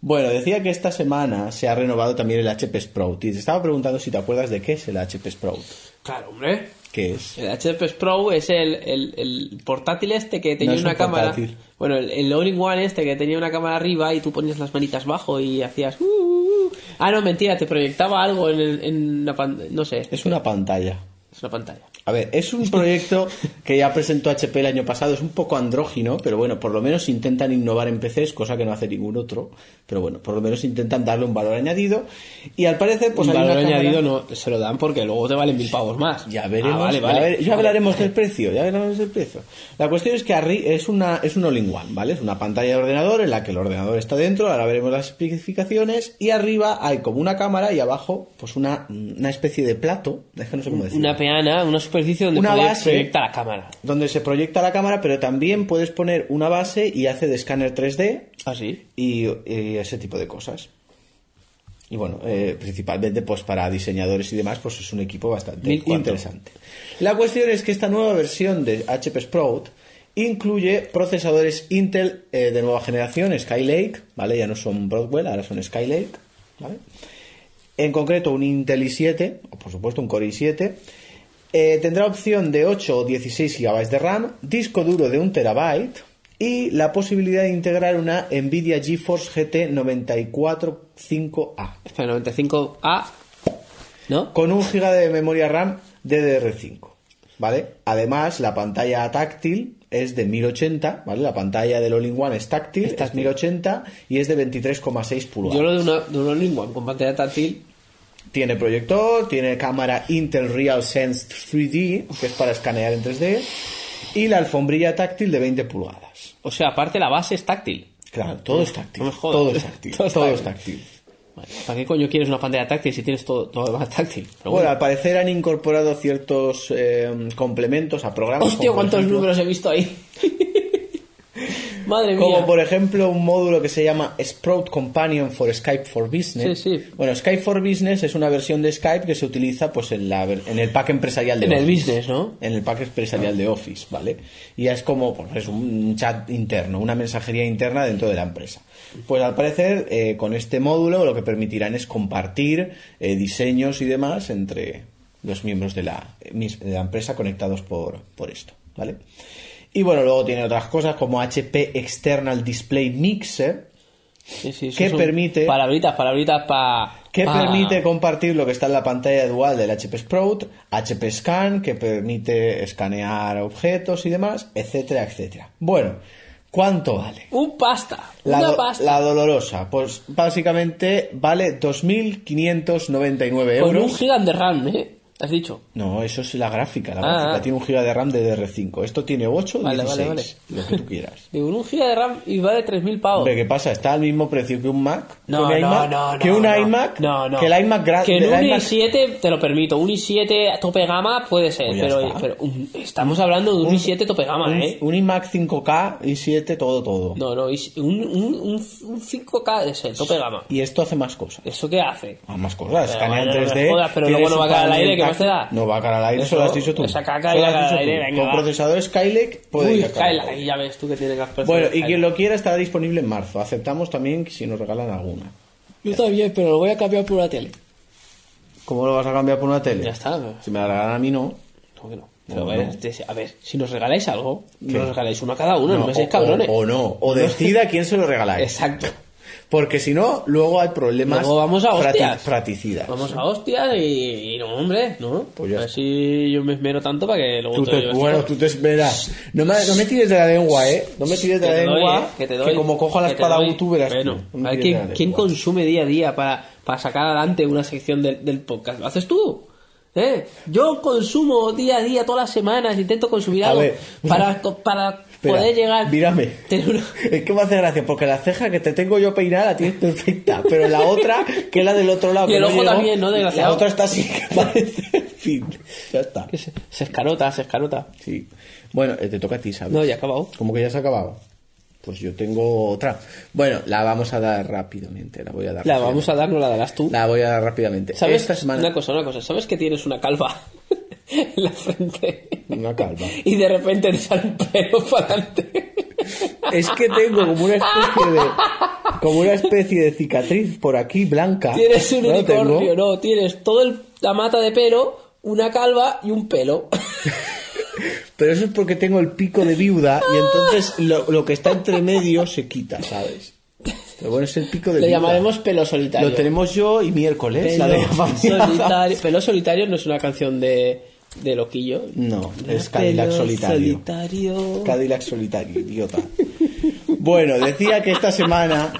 Speaker 2: Bueno, decía que esta semana se ha renovado también el HP Sprout. Y te estaba preguntando si te acuerdas de qué es el HP Sprout.
Speaker 1: Claro, hombre.
Speaker 2: ¿Qué es?
Speaker 1: El HP Pro es el, el- el portátil este que tenía
Speaker 2: No es
Speaker 1: una
Speaker 2: un
Speaker 1: cámara.
Speaker 2: portátil.
Speaker 1: Bueno, el, el in One este que tenía una cámara arriba y tú ponías las manitas bajo y hacías. uh, uh, uh. Ah, no, mentira, te proyectaba algo en, el- en una pantalla. No sé,
Speaker 2: Es una pantalla.
Speaker 1: es una pantalla.
Speaker 2: A ver, es un proyecto que ya presentó HP el año pasado, es un poco andrógino, pero bueno, por lo menos intentan innovar en PCs, cosa que no hace ningún otro, pero bueno, por lo menos intentan darle un valor añadido y al parecer pues
Speaker 1: Un
Speaker 2: hay
Speaker 1: valor
Speaker 2: una cámara-
Speaker 1: añadido no se lo dan porque luego te valen mil pavos más.
Speaker 2: Ya veremos,
Speaker 1: Ah, vale,
Speaker 2: ya
Speaker 1: vale.
Speaker 2: ver- ya hablaremos del precio, ya hablaremos del precio. La cuestión es que arri- es una es un all-in-one, ¿vale? Es una pantalla de ordenador en la que el ordenador está dentro, ahora veremos las especificaciones y arriba hay como una cámara y abajo pues una, una especie de plato, es que no sé cómo decirlo.
Speaker 1: Una peana, una superficie donde
Speaker 2: Una
Speaker 1: podías
Speaker 2: base.
Speaker 1: proyectar la cámara.
Speaker 2: donde se proyecta la cámara, pero también puedes poner una base y hace de escáner 3D
Speaker 1: Así.
Speaker 2: y, y ese tipo de cosas. Y bueno, eh, principalmente pues para diseñadores y demás, pues es un equipo bastante
Speaker 1: Mil cuatro.
Speaker 2: interesante. La cuestión es que esta nueva versión de HP Sprout incluye procesadores Intel eh, de nueva generación, Skylake, ¿vale? Ya no son Broadwell, ahora son Skylake, ¿vale? En concreto un Intel i7, o por supuesto un Core i7, eh, tendrá opción de 8 o 16 GB de RAM, disco duro de 1 TB y la posibilidad de integrar una Nvidia GeForce GT 945A
Speaker 1: Espera, 95A. ¿No?
Speaker 2: con 1 GB de memoria RAM DDR5, ¿vale? Además, la pantalla táctil es de 1080, ¿vale? La pantalla del All-in-One es táctil,
Speaker 1: Es
Speaker 2: es
Speaker 1: táctil.
Speaker 2: 1080 y es de 23,6 pulgadas.
Speaker 1: Yo lo de una, de una lingua con pantalla táctil
Speaker 2: Tiene proyector, tiene cámara Intel RealSense 3D, que es para escanear en 3D, y la alfombrilla táctil de 20 pulgadas.
Speaker 1: O sea, aparte la base es táctil.
Speaker 2: Claro, todo es táctil.
Speaker 1: No me jodas.
Speaker 2: todo es
Speaker 1: (laughs)
Speaker 2: táctil.
Speaker 1: Todo es
Speaker 2: todo es
Speaker 1: táctil.
Speaker 2: táctil.
Speaker 1: Bueno, ¿Para qué coño quieres una pantalla táctil si tienes todo, todo lo demás táctil? Pero
Speaker 2: Bueno,
Speaker 1: bueno.
Speaker 2: al parecer han incorporado ciertos eh, complementos a programas.
Speaker 1: Hostia,
Speaker 2: como por
Speaker 1: cuántos
Speaker 2: ejemplo-
Speaker 1: números he visto ahí. (laughs) Madre mía.
Speaker 2: Como por ejemplo un módulo que se llama Sprout Companion for Skype for Business.
Speaker 1: Sí, sí.
Speaker 2: Bueno, Skype for Business es una versión de Skype que se utiliza pues en, la, ver- en el pack empresarial de
Speaker 1: En el
Speaker 2: Office.
Speaker 1: business, ¿no?
Speaker 2: En el pack empresarial de Office, ¿vale? Y es como pues, es un chat interno, una mensajería interna dentro de la empresa. Pues al parecer eh, con este módulo lo que permitirán es compartir eh, diseños y demás entre los miembros de la, mis- de la empresa conectados por, por esto, ¿vale? Y bueno, luego tiene otras cosas como HP External Display Mixer,
Speaker 1: Sí, sí, eso
Speaker 2: ¿Qué
Speaker 1: es un-
Speaker 2: permite?
Speaker 1: Palabritas, palabritas para...
Speaker 2: que permite compartir lo que está en la pantalla dual del HP Sprout, HP Scan, que permite escanear objetos y demás, etcétera, etcétera. Bueno, ¿cuánto vale?
Speaker 1: Un pasta.
Speaker 2: La,
Speaker 1: una
Speaker 2: do-
Speaker 1: pasta.
Speaker 2: la dolorosa, pues básicamente vale 2.599
Speaker 1: Con
Speaker 2: euros.
Speaker 1: un gigan de RAM, ¿eh? Has dicho.
Speaker 2: No, eso es la gráfica. La
Speaker 1: Ah,
Speaker 2: gráfica
Speaker 1: ah.
Speaker 2: tiene un giga de RAM de DR5. Esto tiene 8,
Speaker 1: Vale, vale,
Speaker 2: 16,
Speaker 1: vale.
Speaker 2: lo que tú
Speaker 1: (laughs)
Speaker 2: quieras.
Speaker 1: Digo, un giga de RAM y vale 3.000 pavos.
Speaker 2: Hombre, ¿qué pasa? Está al mismo precio que un Mac,
Speaker 1: No,
Speaker 2: que un
Speaker 1: no,
Speaker 2: iMac,
Speaker 1: no, no,
Speaker 2: que un
Speaker 1: no.
Speaker 2: iMac,
Speaker 1: No, no.
Speaker 2: que el iMac grande,
Speaker 1: Que en
Speaker 2: el
Speaker 1: un
Speaker 2: iMac
Speaker 1: i7, te lo permito, un i7 a tope gama puede ser,
Speaker 2: Pues ya
Speaker 1: pero,
Speaker 2: está.
Speaker 1: pero un- estamos hablando de un, i7 tope gama,
Speaker 2: un,
Speaker 1: ¿eh?
Speaker 2: un iMac 5K, i7, todo, todo.
Speaker 1: No, no, is- un, un, un, un 5K de ese, tope gama.
Speaker 2: Y esto hace más cosas.
Speaker 1: ¿Eso qué hace?
Speaker 2: Ah, más cosas,
Speaker 1: Pero
Speaker 2: escanea en
Speaker 1: bueno, no me
Speaker 2: 3D.
Speaker 1: jodas, pero
Speaker 2: tiene
Speaker 1: luego no
Speaker 2: su
Speaker 1: va a caer al
Speaker 2: panel
Speaker 1: aire, ¿qué más te
Speaker 2: táctil.
Speaker 1: da?
Speaker 2: No va a caer al aire,
Speaker 1: Eso-
Speaker 2: eso, lo has dicho tú.
Speaker 1: esa caca ya
Speaker 2: Eso lo has
Speaker 1: cae al
Speaker 2: dicho
Speaker 1: aire,
Speaker 2: tú.
Speaker 1: venga,
Speaker 2: Con
Speaker 1: va.
Speaker 2: procesador Skylake puede
Speaker 1: Uy,
Speaker 2: ir a caer al
Speaker 1: Skyla,
Speaker 2: aire.
Speaker 1: ya ves tú que tiene las personas.
Speaker 2: Bueno, y quien lo quiera estará disponible en marzo. Aceptamos también que si nos regalan alguna.
Speaker 1: Yo también, pero lo voy a cambiar por una tele.
Speaker 2: ¿Cómo lo vas a cambiar por una tele?
Speaker 1: Ya está. no,
Speaker 2: Si me la regalan a mí, no.
Speaker 1: ¿Cómo que no? Pero
Speaker 2: No,
Speaker 1: a, ver,
Speaker 2: no.
Speaker 1: este- a ver, si nos regaláis algo,
Speaker 2: ¿Qué?
Speaker 1: nos regaláis uno a cada uno, no, me
Speaker 2: o,
Speaker 1: seáis cabrones.
Speaker 2: o- o no.
Speaker 1: (laughs)
Speaker 2: O decida quién se lo regaláis.
Speaker 1: Exacto.
Speaker 2: Porque si no, luego hay problemas
Speaker 1: Luego vamos a
Speaker 2: frati-
Speaker 1: hostias.
Speaker 2: fraticidas.
Speaker 1: Vamos a hostias y, y no, hombre, ¿no?
Speaker 2: Pues ya
Speaker 1: a ver
Speaker 2: está.
Speaker 1: si yo me esmero tanto para que luego
Speaker 2: Tú
Speaker 1: te
Speaker 2: te-
Speaker 1: lo lleves
Speaker 2: bueno,
Speaker 1: todo.
Speaker 2: tú te esperas. No me, no me tires de la lengua, ¿eh? No me tires de
Speaker 1: Que
Speaker 2: la
Speaker 1: te doy,
Speaker 2: lengua.
Speaker 1: eh, que te doy,
Speaker 2: como coja la
Speaker 1: que te
Speaker 2: espada
Speaker 1: doy.
Speaker 2: tú verás.
Speaker 1: Bueno,
Speaker 2: tú. No me
Speaker 1: a ver,
Speaker 2: tires de la
Speaker 1: ¿quién,
Speaker 2: lengua.
Speaker 1: quién consume día a día para, para sacar adelante una sección del, del podcast? ¿Lo haces tú? ¿Eh? Yo consumo día a día, todas las semanas, intento consumir
Speaker 2: A
Speaker 1: algo
Speaker 2: ver.
Speaker 1: para, co- para
Speaker 2: Espera,
Speaker 1: poder llegar...
Speaker 2: Mírame.
Speaker 1: tener una-
Speaker 2: Es que me hace gracia porque la ceja que te tengo yo peinada la tienes perfecta, pero la otra, que es la del otro lado,
Speaker 1: Y
Speaker 2: que
Speaker 1: el ojo
Speaker 2: llegó,
Speaker 1: también, ¿no? Desgraciado.
Speaker 2: La otra está así que parece. En fin, ya está.
Speaker 1: que se, se escarota, se escarota.
Speaker 2: Sí. Bueno, eh, te toca a ti, ¿sabes?
Speaker 1: No, ya ha acabado.
Speaker 2: Como que ya se ha acabado. Pues yo tengo otra. Bueno, la vamos a dar rápidamente. La voy a dar.
Speaker 1: La vamos a dar, no la darás tú.
Speaker 2: La voy a dar rápidamente.
Speaker 1: ¿Sabes?
Speaker 2: Esta semana.
Speaker 1: Una cosa, una cosa. ¿Sabes que tienes una calva (laughs) en la frente?
Speaker 2: Una calva.
Speaker 1: Y de repente te sale un pelo para adelante.
Speaker 2: Es que tengo como una especie de. como una especie de cicatriz por aquí blanca.
Speaker 1: Tienes un
Speaker 2: No Ah, lo tengo.
Speaker 1: unicornio, no, tienes toda la mata de pelo, una calva y un pelo. (laughs)
Speaker 2: Pero eso es porque tengo el pico de viuda y
Speaker 1: Ah.
Speaker 2: entonces lo, lo que está entre medio se quita, ¿sabes? Pero bueno, es el pico de
Speaker 1: Le
Speaker 2: viuda.
Speaker 1: llamaremos pelo solitario.
Speaker 2: Lo tenemos yo y miércoles,
Speaker 1: pelo,
Speaker 2: la de la familia.
Speaker 1: solitario. Pelo solitario no es una canción de, de Loquillo.
Speaker 2: No, es Cadillac
Speaker 1: Pelo
Speaker 2: solitario.
Speaker 1: solitario. (laughs)
Speaker 2: Cadillac solitario, idiota. Bueno, decía que esta semana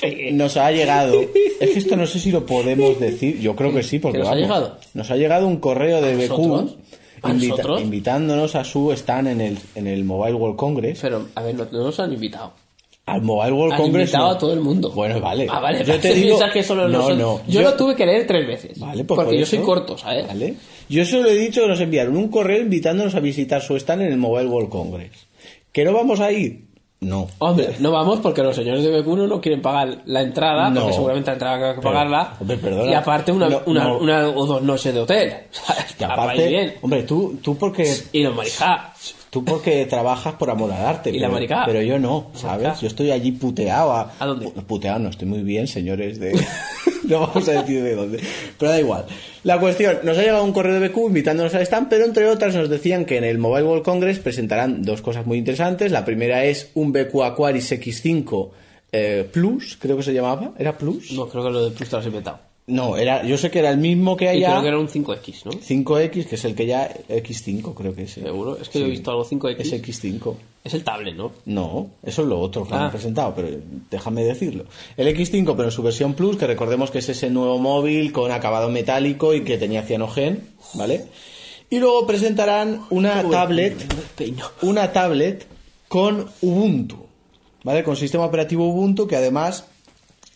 Speaker 1: Sí.
Speaker 2: nos ha
Speaker 1: (laughs)
Speaker 2: llegado. Es que esto no sé si lo podemos decir. Yo creo que sí, porque
Speaker 1: ¿Que nos ha
Speaker 2: vamos,
Speaker 1: llegado?
Speaker 2: Nos ha llegado un correo de BQ
Speaker 1: nosotros? ¿A
Speaker 2: invita-
Speaker 1: nosotros?
Speaker 2: invitándonos a su stand en el, en el Mobile World Congress.
Speaker 1: Pero, a ver, no, no nos han invitado.
Speaker 2: Al Mobile World
Speaker 1: Han
Speaker 2: Congress.
Speaker 1: invitado
Speaker 2: no.
Speaker 1: a todo el mundo.
Speaker 2: Bueno, vale.
Speaker 1: Ah, vale, (laughs)
Speaker 2: Yo te digo.
Speaker 1: piensas que solo
Speaker 2: no,
Speaker 1: nosotros-
Speaker 2: no.
Speaker 1: Yo, lo tuve que leer tres veces.
Speaker 2: Vale, pues
Speaker 1: porque
Speaker 2: por
Speaker 1: yo
Speaker 2: eso.
Speaker 1: soy corto, ¿sabes?
Speaker 2: Vale. Yo solo he dicho que nos enviaron un correo invitándonos a visitar su stand en el Mobile World Congress. ¿Que no vamos a ir? No.
Speaker 1: Hombre, no vamos porque los señores de BQ no quieren pagar la entrada,
Speaker 2: No.
Speaker 1: porque seguramente la entrada habrá que
Speaker 2: Pero,
Speaker 1: pagarla.
Speaker 2: hombre, perdona.
Speaker 1: y aparte una,
Speaker 2: No,
Speaker 1: una,
Speaker 2: no.
Speaker 1: una o dos noches de hotel. (laughs) ¿sabes?
Speaker 2: Y
Speaker 1: Para ir
Speaker 2: aparte,
Speaker 1: Ah, bien.
Speaker 2: hombre, tú, tú porque
Speaker 1: Y los marijá.
Speaker 2: tú porque trabajas por amor al arte.
Speaker 1: Y la
Speaker 2: pero-
Speaker 1: maricá.
Speaker 2: Pero yo no, ¿sabes? Yo estoy allí puteado. ¿A,
Speaker 1: ¿A dónde?
Speaker 2: pu- Puteado, no, estoy muy bien, señores de... (laughs) no vamos a decir de dónde. Pero da igual. La cuestión, nos ha llegado un correo de BQ invitándonos al stand, pero entre otras nos decían que en el Mobile World Congress presentarán dos cosas muy interesantes. La primera es un BQ Aquaris X5 eh, Plus, creo que se llamaba. ¿Era Plus?
Speaker 1: No, creo que lo de Plus te lo has inventado.
Speaker 2: No, era, yo sé que era el mismo que
Speaker 1: Y
Speaker 2: allá.
Speaker 1: creo que era un 5X, ¿no?
Speaker 2: 5X, que es el que ya... X5 creo que es. eh.
Speaker 1: Seguro. Es que yo he
Speaker 2: Sí.
Speaker 1: visto algo 5X.
Speaker 2: Es X5.
Speaker 1: Es el tablet, ¿no?
Speaker 2: No, eso es lo otro que
Speaker 1: Ah.
Speaker 2: han presentado, pero déjame decirlo. El X5, pero en su versión Plus, que recordemos que es ese nuevo móvil con acabado metálico y que tenía cianogen, ¿vale? Y luego presentarán una tablet,
Speaker 1: Peino.
Speaker 2: una tablet con Ubuntu, ¿vale? Con sistema operativo Ubuntu que además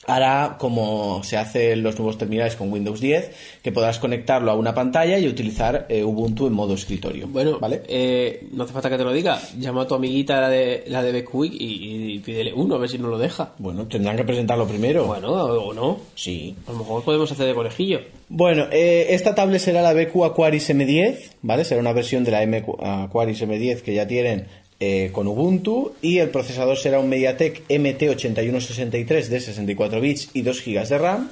Speaker 2: hará como se hace en los nuevos terminales con Windows 10, que podrás conectarlo a una pantalla y utilizar eh, Ubuntu en modo escritorio,
Speaker 1: Bueno,
Speaker 2: ¿vale?
Speaker 1: eh, no hace falta que te lo diga. Llama a tu amiguita, la de, la de BQ, y, y pídele uno, a ver si no lo deja.
Speaker 2: Bueno, tendrán que presentarlo primero.
Speaker 1: Bueno, o no.
Speaker 2: Sí,
Speaker 1: A lo mejor podemos hacer de conejillo.
Speaker 2: Bueno, eh, esta tablet será la BQ Aquaris M10, ¿vale? Será una versión de la M Aquaris M10 que ya tienen eh, con Ubuntu y el procesador será un MediaTek MT8163 de 64 bits y 2 GB de RAM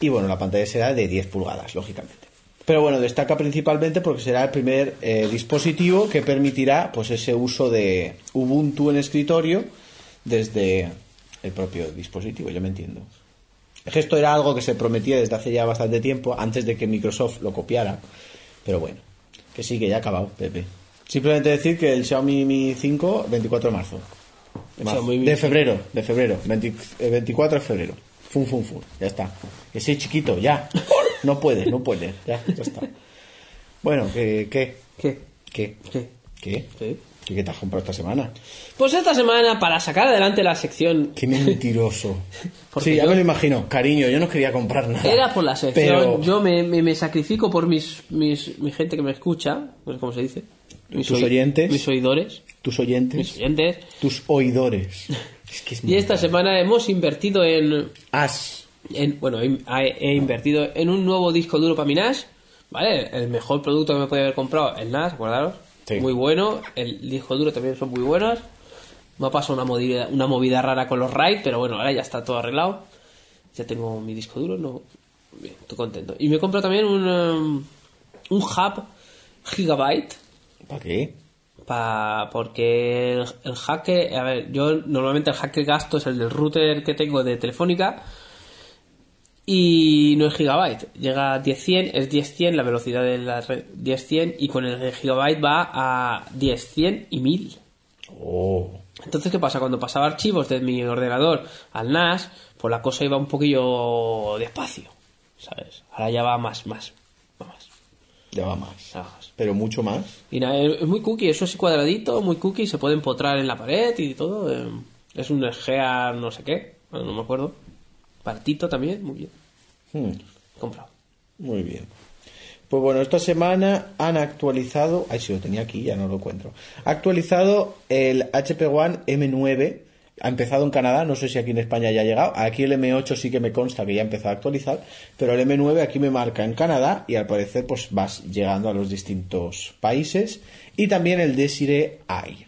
Speaker 2: y bueno, la pantalla será de 10 pulgadas, lógicamente. Pero bueno, destaca principalmente porque será el primer eh, dispositivo que permitirá pues ese uso de Ubuntu en escritorio desde el propio dispositivo, yo me entiendo. Es que Esto era algo que se prometía desde hace ya bastante tiempo, antes de que Microsoft lo copiara. Pero bueno, que sí, que ya ha acabado, Pepe. Simplemente decir que el Xiaomi Mi 5, 24 de marzo. De, marzo.
Speaker 1: Xiaomi Mi
Speaker 2: De febrero, de febrero, 20 eh, 24 de febrero. Fun, fun, fun, ya está. Que soy chiquito, ya. No puede, no puede, ya, ya está. Bueno, ¿qué? ¿Qué?
Speaker 1: ¿Qué?
Speaker 2: ¿Qué?
Speaker 1: ¿Qué?
Speaker 2: ¿Qué?
Speaker 1: ¿Qué?
Speaker 2: ¿Qué que te has comprado esta semana?
Speaker 1: Pues esta semana, para sacar adelante la sección,
Speaker 2: Qué mentiroso.
Speaker 1: (laughs) Porque
Speaker 2: sí, ya
Speaker 1: yo-
Speaker 2: me lo imagino. Cariño, yo no quería comprar nada.
Speaker 1: era por la sección.
Speaker 2: Pero-
Speaker 1: Yo me, me- me sacrifico por mis, mis, mi gente que me escucha, no sé cómo se dice. Mis
Speaker 2: Tus
Speaker 1: oi-
Speaker 2: oyentes.
Speaker 1: Mis oidores.
Speaker 2: Tus
Speaker 1: Mis
Speaker 2: oyentes.
Speaker 1: (laughs) oyentes.
Speaker 2: Tus oidores. Es que es
Speaker 1: Y esta semana hemos invertido en
Speaker 2: As.
Speaker 1: en- bueno, he, he invertido en un nuevo disco duro para mi NAS, ¿vale? El mejor producto que me podía haber comprado, el NAS, acordaros.
Speaker 2: Sí.
Speaker 1: Muy bueno, el disco duro también son muy buenos. Me ha pasado una movida, una movida rara con los RAID, pero bueno, ahora ya está todo arreglado. Ya tengo mi disco duro, no bien, estoy contento. Y me compro también un, um, un hub Gigabyte
Speaker 2: ¿Para qué?
Speaker 1: Pa, porque el, el hack que- a ver, yo normalmente el hack que gasto es el del router que tengo de Telefónica y no es gigabyte, llega a 10.100, es 10.100 la velocidad de la red, 10.100 y con el gigabyte va a 10.100 y 1000.
Speaker 2: Oh.
Speaker 1: Entonces, ¿qué pasa? Cuando pasaba archivos de mi ordenador al NAS, pues la cosa iba un poquillo despacio, ¿sabes? Ahora ya va más, más, va más,
Speaker 2: Ya va más.
Speaker 1: va más.
Speaker 2: Pero mucho más.
Speaker 1: Y nada, es es muy cookie, eso así cuadradito, muy cookie, se puede empotrar en la pared y todo. eh, Es un Egea no sé qué, bueno, no me acuerdo. Partito también, muy bien.
Speaker 2: Hmm,
Speaker 1: Comprado.
Speaker 2: Muy bien. Pues bueno, esta semana han actualizado. Ay, sí, lo tenía aquí, ya no lo encuentro. Ha actualizado el HP One M9. Ha empezado en Canadá, no sé si aquí en España ya ha llegado. Aquí el M8 sí que me consta que ya ha empezado a actualizar, pero el M9 aquí me marca en Canadá y al parecer pues vas llegando a los distintos países. Y también el Desire i.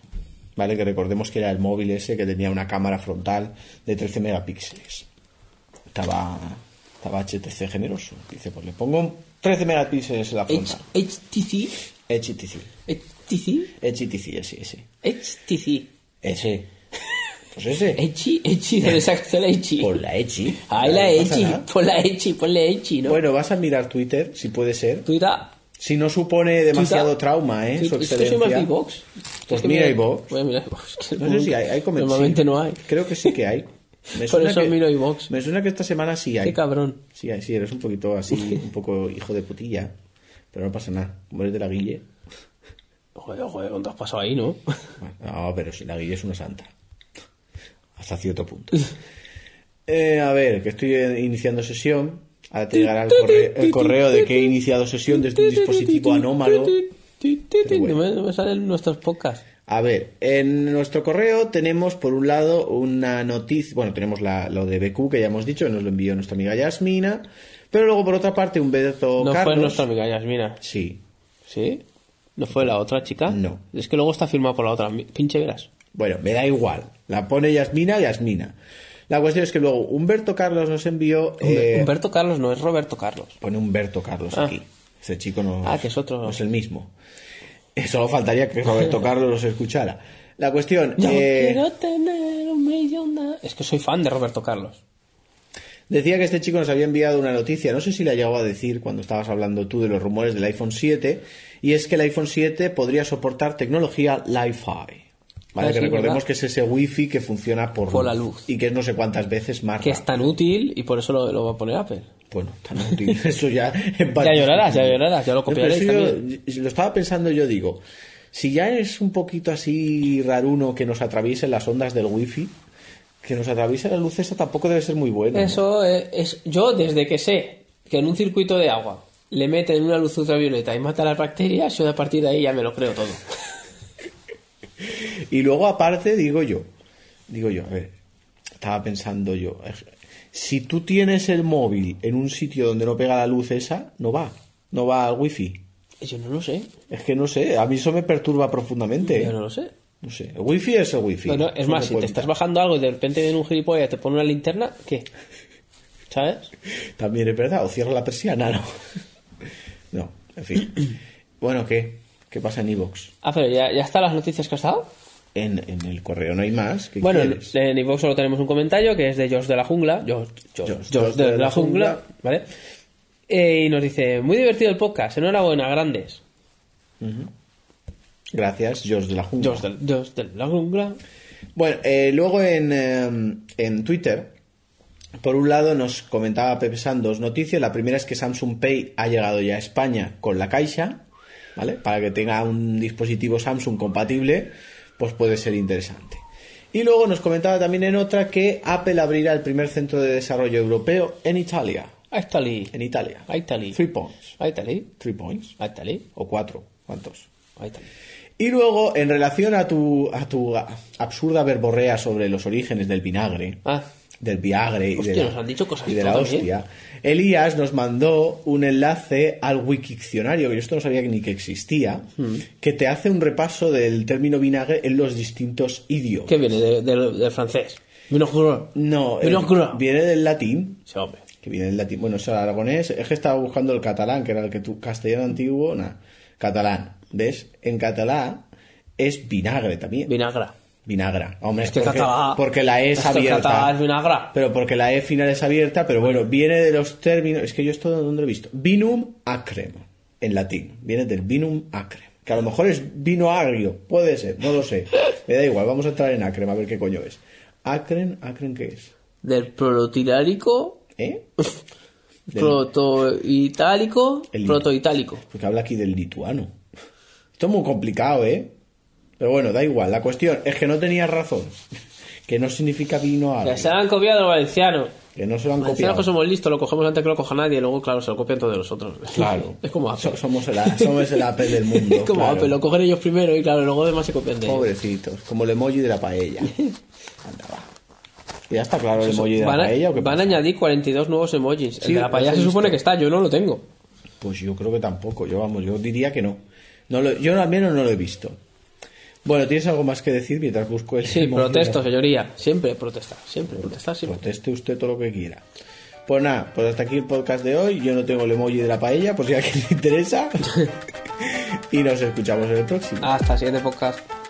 Speaker 2: ¿vale? Que recordemos que era el móvil ese que tenía una cámara frontal de 13 megapíxeles. Estaba, estaba HTC generoso. Dice, pues le pongo 13 megapíxeles en la frontal.
Speaker 1: HTC,
Speaker 2: HTC.
Speaker 1: HTC,
Speaker 2: HTC, ese, ese.
Speaker 1: HTC,
Speaker 2: Ese. (laughs) Pues ese.
Speaker 1: Echi, Echi, (laughs) ¿dónde sacaste la Echi?
Speaker 2: Por la Echi.
Speaker 1: Ahí la
Speaker 2: No pasa
Speaker 1: Echi,
Speaker 2: nada.
Speaker 1: por la Echi, ponle Echi, ¿no?
Speaker 2: Bueno, vas a mirar Twitter, si puede ser.
Speaker 1: Twitter,
Speaker 2: Si no supone demasiado
Speaker 1: Twitter.
Speaker 2: trauma, ¿eh? Su
Speaker 1: Twitter, es que soy más de
Speaker 2: excelencia.
Speaker 1: iVox.
Speaker 2: Pues
Speaker 1: Es que
Speaker 2: mira
Speaker 1: mira-
Speaker 2: iVox.
Speaker 1: Voy a mirar iVox, que
Speaker 2: No sé si
Speaker 1: (laughs)
Speaker 2: hay, hay comentarios.
Speaker 1: Normalmente no hay.
Speaker 2: Creo que sí
Speaker 1: (laughs)
Speaker 2: que hay. Me
Speaker 1: Por
Speaker 2: suena
Speaker 1: eso
Speaker 2: que-
Speaker 1: miro iVox.
Speaker 2: Me suena que esta semana sí hay.
Speaker 1: Qué cabrón.
Speaker 2: Sí hay, sí, eres un
Speaker 1: (laughs)
Speaker 2: poquito así, un poco hijo de putilla. Pero no pasa nada. Como eres de la Guille.
Speaker 1: Joder, joder, ¿cuánto has pasado ahí, no?
Speaker 2: Bueno, No, Ah, pero si la Guille es una santa. Hasta cierto
Speaker 1: (laughs)
Speaker 2: punto. Eh, a ver, que estoy eh, iniciando sesión. Ahora te llegará el correo, el correo de que he iniciado sesión desde un dispositivo anómalo.
Speaker 1: Pero
Speaker 2: bueno.
Speaker 1: No me, no me salen nuestros podcasts.
Speaker 2: A ver, en nuestro correo tenemos por un lado una noticia, bueno, tenemos la, lo de BQ que ya hemos dicho, nos lo envió nuestra amiga Yasmina, pero luego por otra parte un Beto
Speaker 1: No
Speaker 2: Carlos.
Speaker 1: fue nuestra amiga Yasmina.
Speaker 2: Sí,
Speaker 1: ¿Sí? ¿No fue la otra chica?
Speaker 2: No.
Speaker 1: Es que luego está firmado por la otra. mi- Pinche verás.
Speaker 2: bueno, me da igual, la pone Yasmina, Yasmina. La cuestión es que luego Humberto Carlos nos envió... eh,
Speaker 1: Humberto Carlos no, es Roberto Carlos.
Speaker 2: Pone Humberto Carlos
Speaker 1: Ah.
Speaker 2: aquí. Ese chico no,
Speaker 1: Ah, que es otro.
Speaker 2: no es el mismo. Eh, Solo faltaría que Roberto Carlos los escuchara. La cuestión...
Speaker 1: Yo
Speaker 2: eh,
Speaker 1: quiero tener un millón de- Es que soy fan de Roberto Carlos.
Speaker 2: Decía que este chico nos había enviado una noticia, no sé si la llegó a decir cuando estabas hablando tú de los rumores del iPhone 7, y es que el iPhone 7 podría soportar tecnología Li-Fi. Vale,
Speaker 1: Ah,
Speaker 2: que
Speaker 1: sí,
Speaker 2: recordemos
Speaker 1: ¿verdad?
Speaker 2: que es ese wifi que funciona por,
Speaker 1: Por la luz.
Speaker 2: y que es no sé cuántas veces más
Speaker 1: Que es
Speaker 2: rápido.
Speaker 1: tan útil y por eso lo, lo va a poner Apple.
Speaker 2: Bueno, tan útil. (laughs) Eso ya. en parte-
Speaker 1: Ya llorarás, ya llorarás, ya lo
Speaker 2: No, pero
Speaker 1: copiaréis
Speaker 2: eso yo- yo- lo estaba pensando, yo digo, si ya es un poquito así raruno que nos atraviesen las ondas del wifi, que nos atraviese la luz, esa tampoco debe ser muy buena. ¿no?
Speaker 1: Eso es, es- Yo, desde que sé que en un circuito de agua le meten una luz ultravioleta y mata las bacterias, yo a partir de ahí ya me lo creo todo.
Speaker 2: Y luego, aparte, digo yo, digo yo, a ver, estaba pensando yo, eh, si tú tienes el móvil en un sitio donde no pega la luz esa, no va, no va al wifi.
Speaker 1: Yo no lo sé.
Speaker 2: Es que no sé, a mí eso me perturba profundamente. ¿eh?
Speaker 1: Yo no
Speaker 2: No,
Speaker 1: lo sé.
Speaker 2: sé, el wifi es el wifi.
Speaker 1: No, no, es
Speaker 2: eso
Speaker 1: más,
Speaker 2: no
Speaker 1: si te
Speaker 2: cuenta.
Speaker 1: estás bajando algo y de repente viene un gilipollas y te pone una linterna, ¿qué? ¿Sabes?
Speaker 2: También es verdad, o cierra la persiana, ¿no? (laughs) no, en fin. Bueno, ¿qué? ¿Qué pasa en iVox?
Speaker 1: Ah, pero ya, ya están las noticias que has dado.
Speaker 2: En, en el correo no hay más. ¿qué
Speaker 1: Bueno,
Speaker 2: quieres?
Speaker 1: en Xbox solo tenemos un comentario que es de Josh de la Jungla. Josh, Josh,
Speaker 2: Josh,
Speaker 1: Josh de, la jungla, ¿vale? Eh, y nos dice, muy divertido el podcast, enhorabuena, grandes.
Speaker 2: Gracias, George de la Junta.
Speaker 1: Josh de, Josh de la Jungla.
Speaker 2: Bueno, eh, luego en, eh, en Twitter, por un lado nos comentaba Pepe San dos noticias. La primera es que Samsung Pay ha llegado ya a España con la Caixa, ¿vale? Para que tenga un dispositivo Samsung compatible, pues puede ser interesante. Y luego nos comentaba también en otra que Apple abrirá el primer centro de desarrollo europeo en Italia.
Speaker 1: Ahí está Lee.
Speaker 2: En Italia.
Speaker 1: Ahí está Lee.
Speaker 2: Three points.
Speaker 1: Ahí está Lee.
Speaker 2: Three points.
Speaker 1: Ahí está Lee.
Speaker 2: O cuatro. ¿Cuántos?
Speaker 1: Ahí está Lee.
Speaker 2: Y luego, en relación a tu, a tu a- absurda verborrea sobre los orígenes del vinagre,
Speaker 1: Ah,
Speaker 2: del viagre y
Speaker 1: Hostia,
Speaker 2: de la,
Speaker 1: nos han dicho cosas
Speaker 2: y de la
Speaker 1: todas, ¿eh?
Speaker 2: hostia, Elías nos mandó un enlace al Wikiccionario, que yo esto no sabía ni que existía,
Speaker 1: Hmm.
Speaker 2: que te hace un repaso del término vinagre en los distintos idiomas.
Speaker 1: ¿qué viene? De- de- Del francés. Minocuro.
Speaker 2: No, eh,
Speaker 1: Minocuro.
Speaker 2: viene del latín,
Speaker 1: Sí, hombre.
Speaker 2: que viene del latín, bueno, es el aragonés, es que estaba buscando el catalán, que era el que tú, castellano antiguo, nada, catalán, ¿ves? En catalán es vinagre también.
Speaker 1: Vinagra.
Speaker 2: Vinagra. Hombre,
Speaker 1: Es que
Speaker 2: porque,
Speaker 1: catalá-
Speaker 2: porque la E es,
Speaker 1: es que
Speaker 2: abierta.
Speaker 1: catalá es vinagra.
Speaker 2: Pero porque la E final es abierta, pero bueno, viene de los términos. Es que yo esto donde lo he visto. Vinum acrem, en latín. Viene del vinum acrem. Que a lo mejor es vino agrio, puede ser, no lo sé. Me da igual, vamos a entrar en acrem a ver qué coño es. Acrem, acrem, ¿qué es?
Speaker 1: Del prototilárico,
Speaker 2: ¿Eh? Del-
Speaker 1: protoitálico,
Speaker 2: El-
Speaker 1: protoitálico.
Speaker 2: Porque habla aquí del lituano. Esto es muy complicado, ¿eh? Pero bueno, da igual. La cuestión es que no tenía razón. (laughs) Que no significa vino agrio.
Speaker 1: Ya se han copiado los valencianos.
Speaker 2: Que no se lo Ah, han
Speaker 1: Los valencianos
Speaker 2: copiado.
Speaker 1: que somos listos, lo cogemos antes que lo coja nadie y luego, claro, se lo copian todos los otros.
Speaker 2: Claro.
Speaker 1: (laughs) es como
Speaker 2: (laughs)
Speaker 1: Apple.
Speaker 2: So- somos, el, a- somos el Apple del mundo.
Speaker 1: (laughs) es como
Speaker 2: claro.
Speaker 1: Apple, lo cogen ellos primero y, claro, luego demás se copian de ellos.
Speaker 2: Pobrecitos, como el emoji de
Speaker 1: (laughs)
Speaker 2: la paella. Anda, va. ¿Ya está claro el emoji de la
Speaker 1: Van, a,
Speaker 2: paella o qué
Speaker 1: van a
Speaker 2: pasa?
Speaker 1: añadir 42 nuevos emojis.
Speaker 2: Sí,
Speaker 1: el de la
Speaker 2: los
Speaker 1: paella
Speaker 2: he
Speaker 1: se supone
Speaker 2: visto.
Speaker 1: que está, yo no lo tengo.
Speaker 2: Pues yo creo que tampoco. Yo, vamos, yo diría que no. no lo- yo al menos no lo he visto. Bueno, ¿tienes algo más que decir mientras busco el
Speaker 1: Sí, (laughs)
Speaker 2: móvil?
Speaker 1: protesto, señoría. Siempre protestar, siempre protestar, siempre.
Speaker 2: Proteste usted todo lo que quiera. Pues nada, pues hasta aquí el podcast de hoy. Yo no tengo el emoji de
Speaker 1: (laughs)
Speaker 2: la paella, por si a alguien le interesa. y nos escuchamos en el próximo.
Speaker 1: Hasta siete podcast.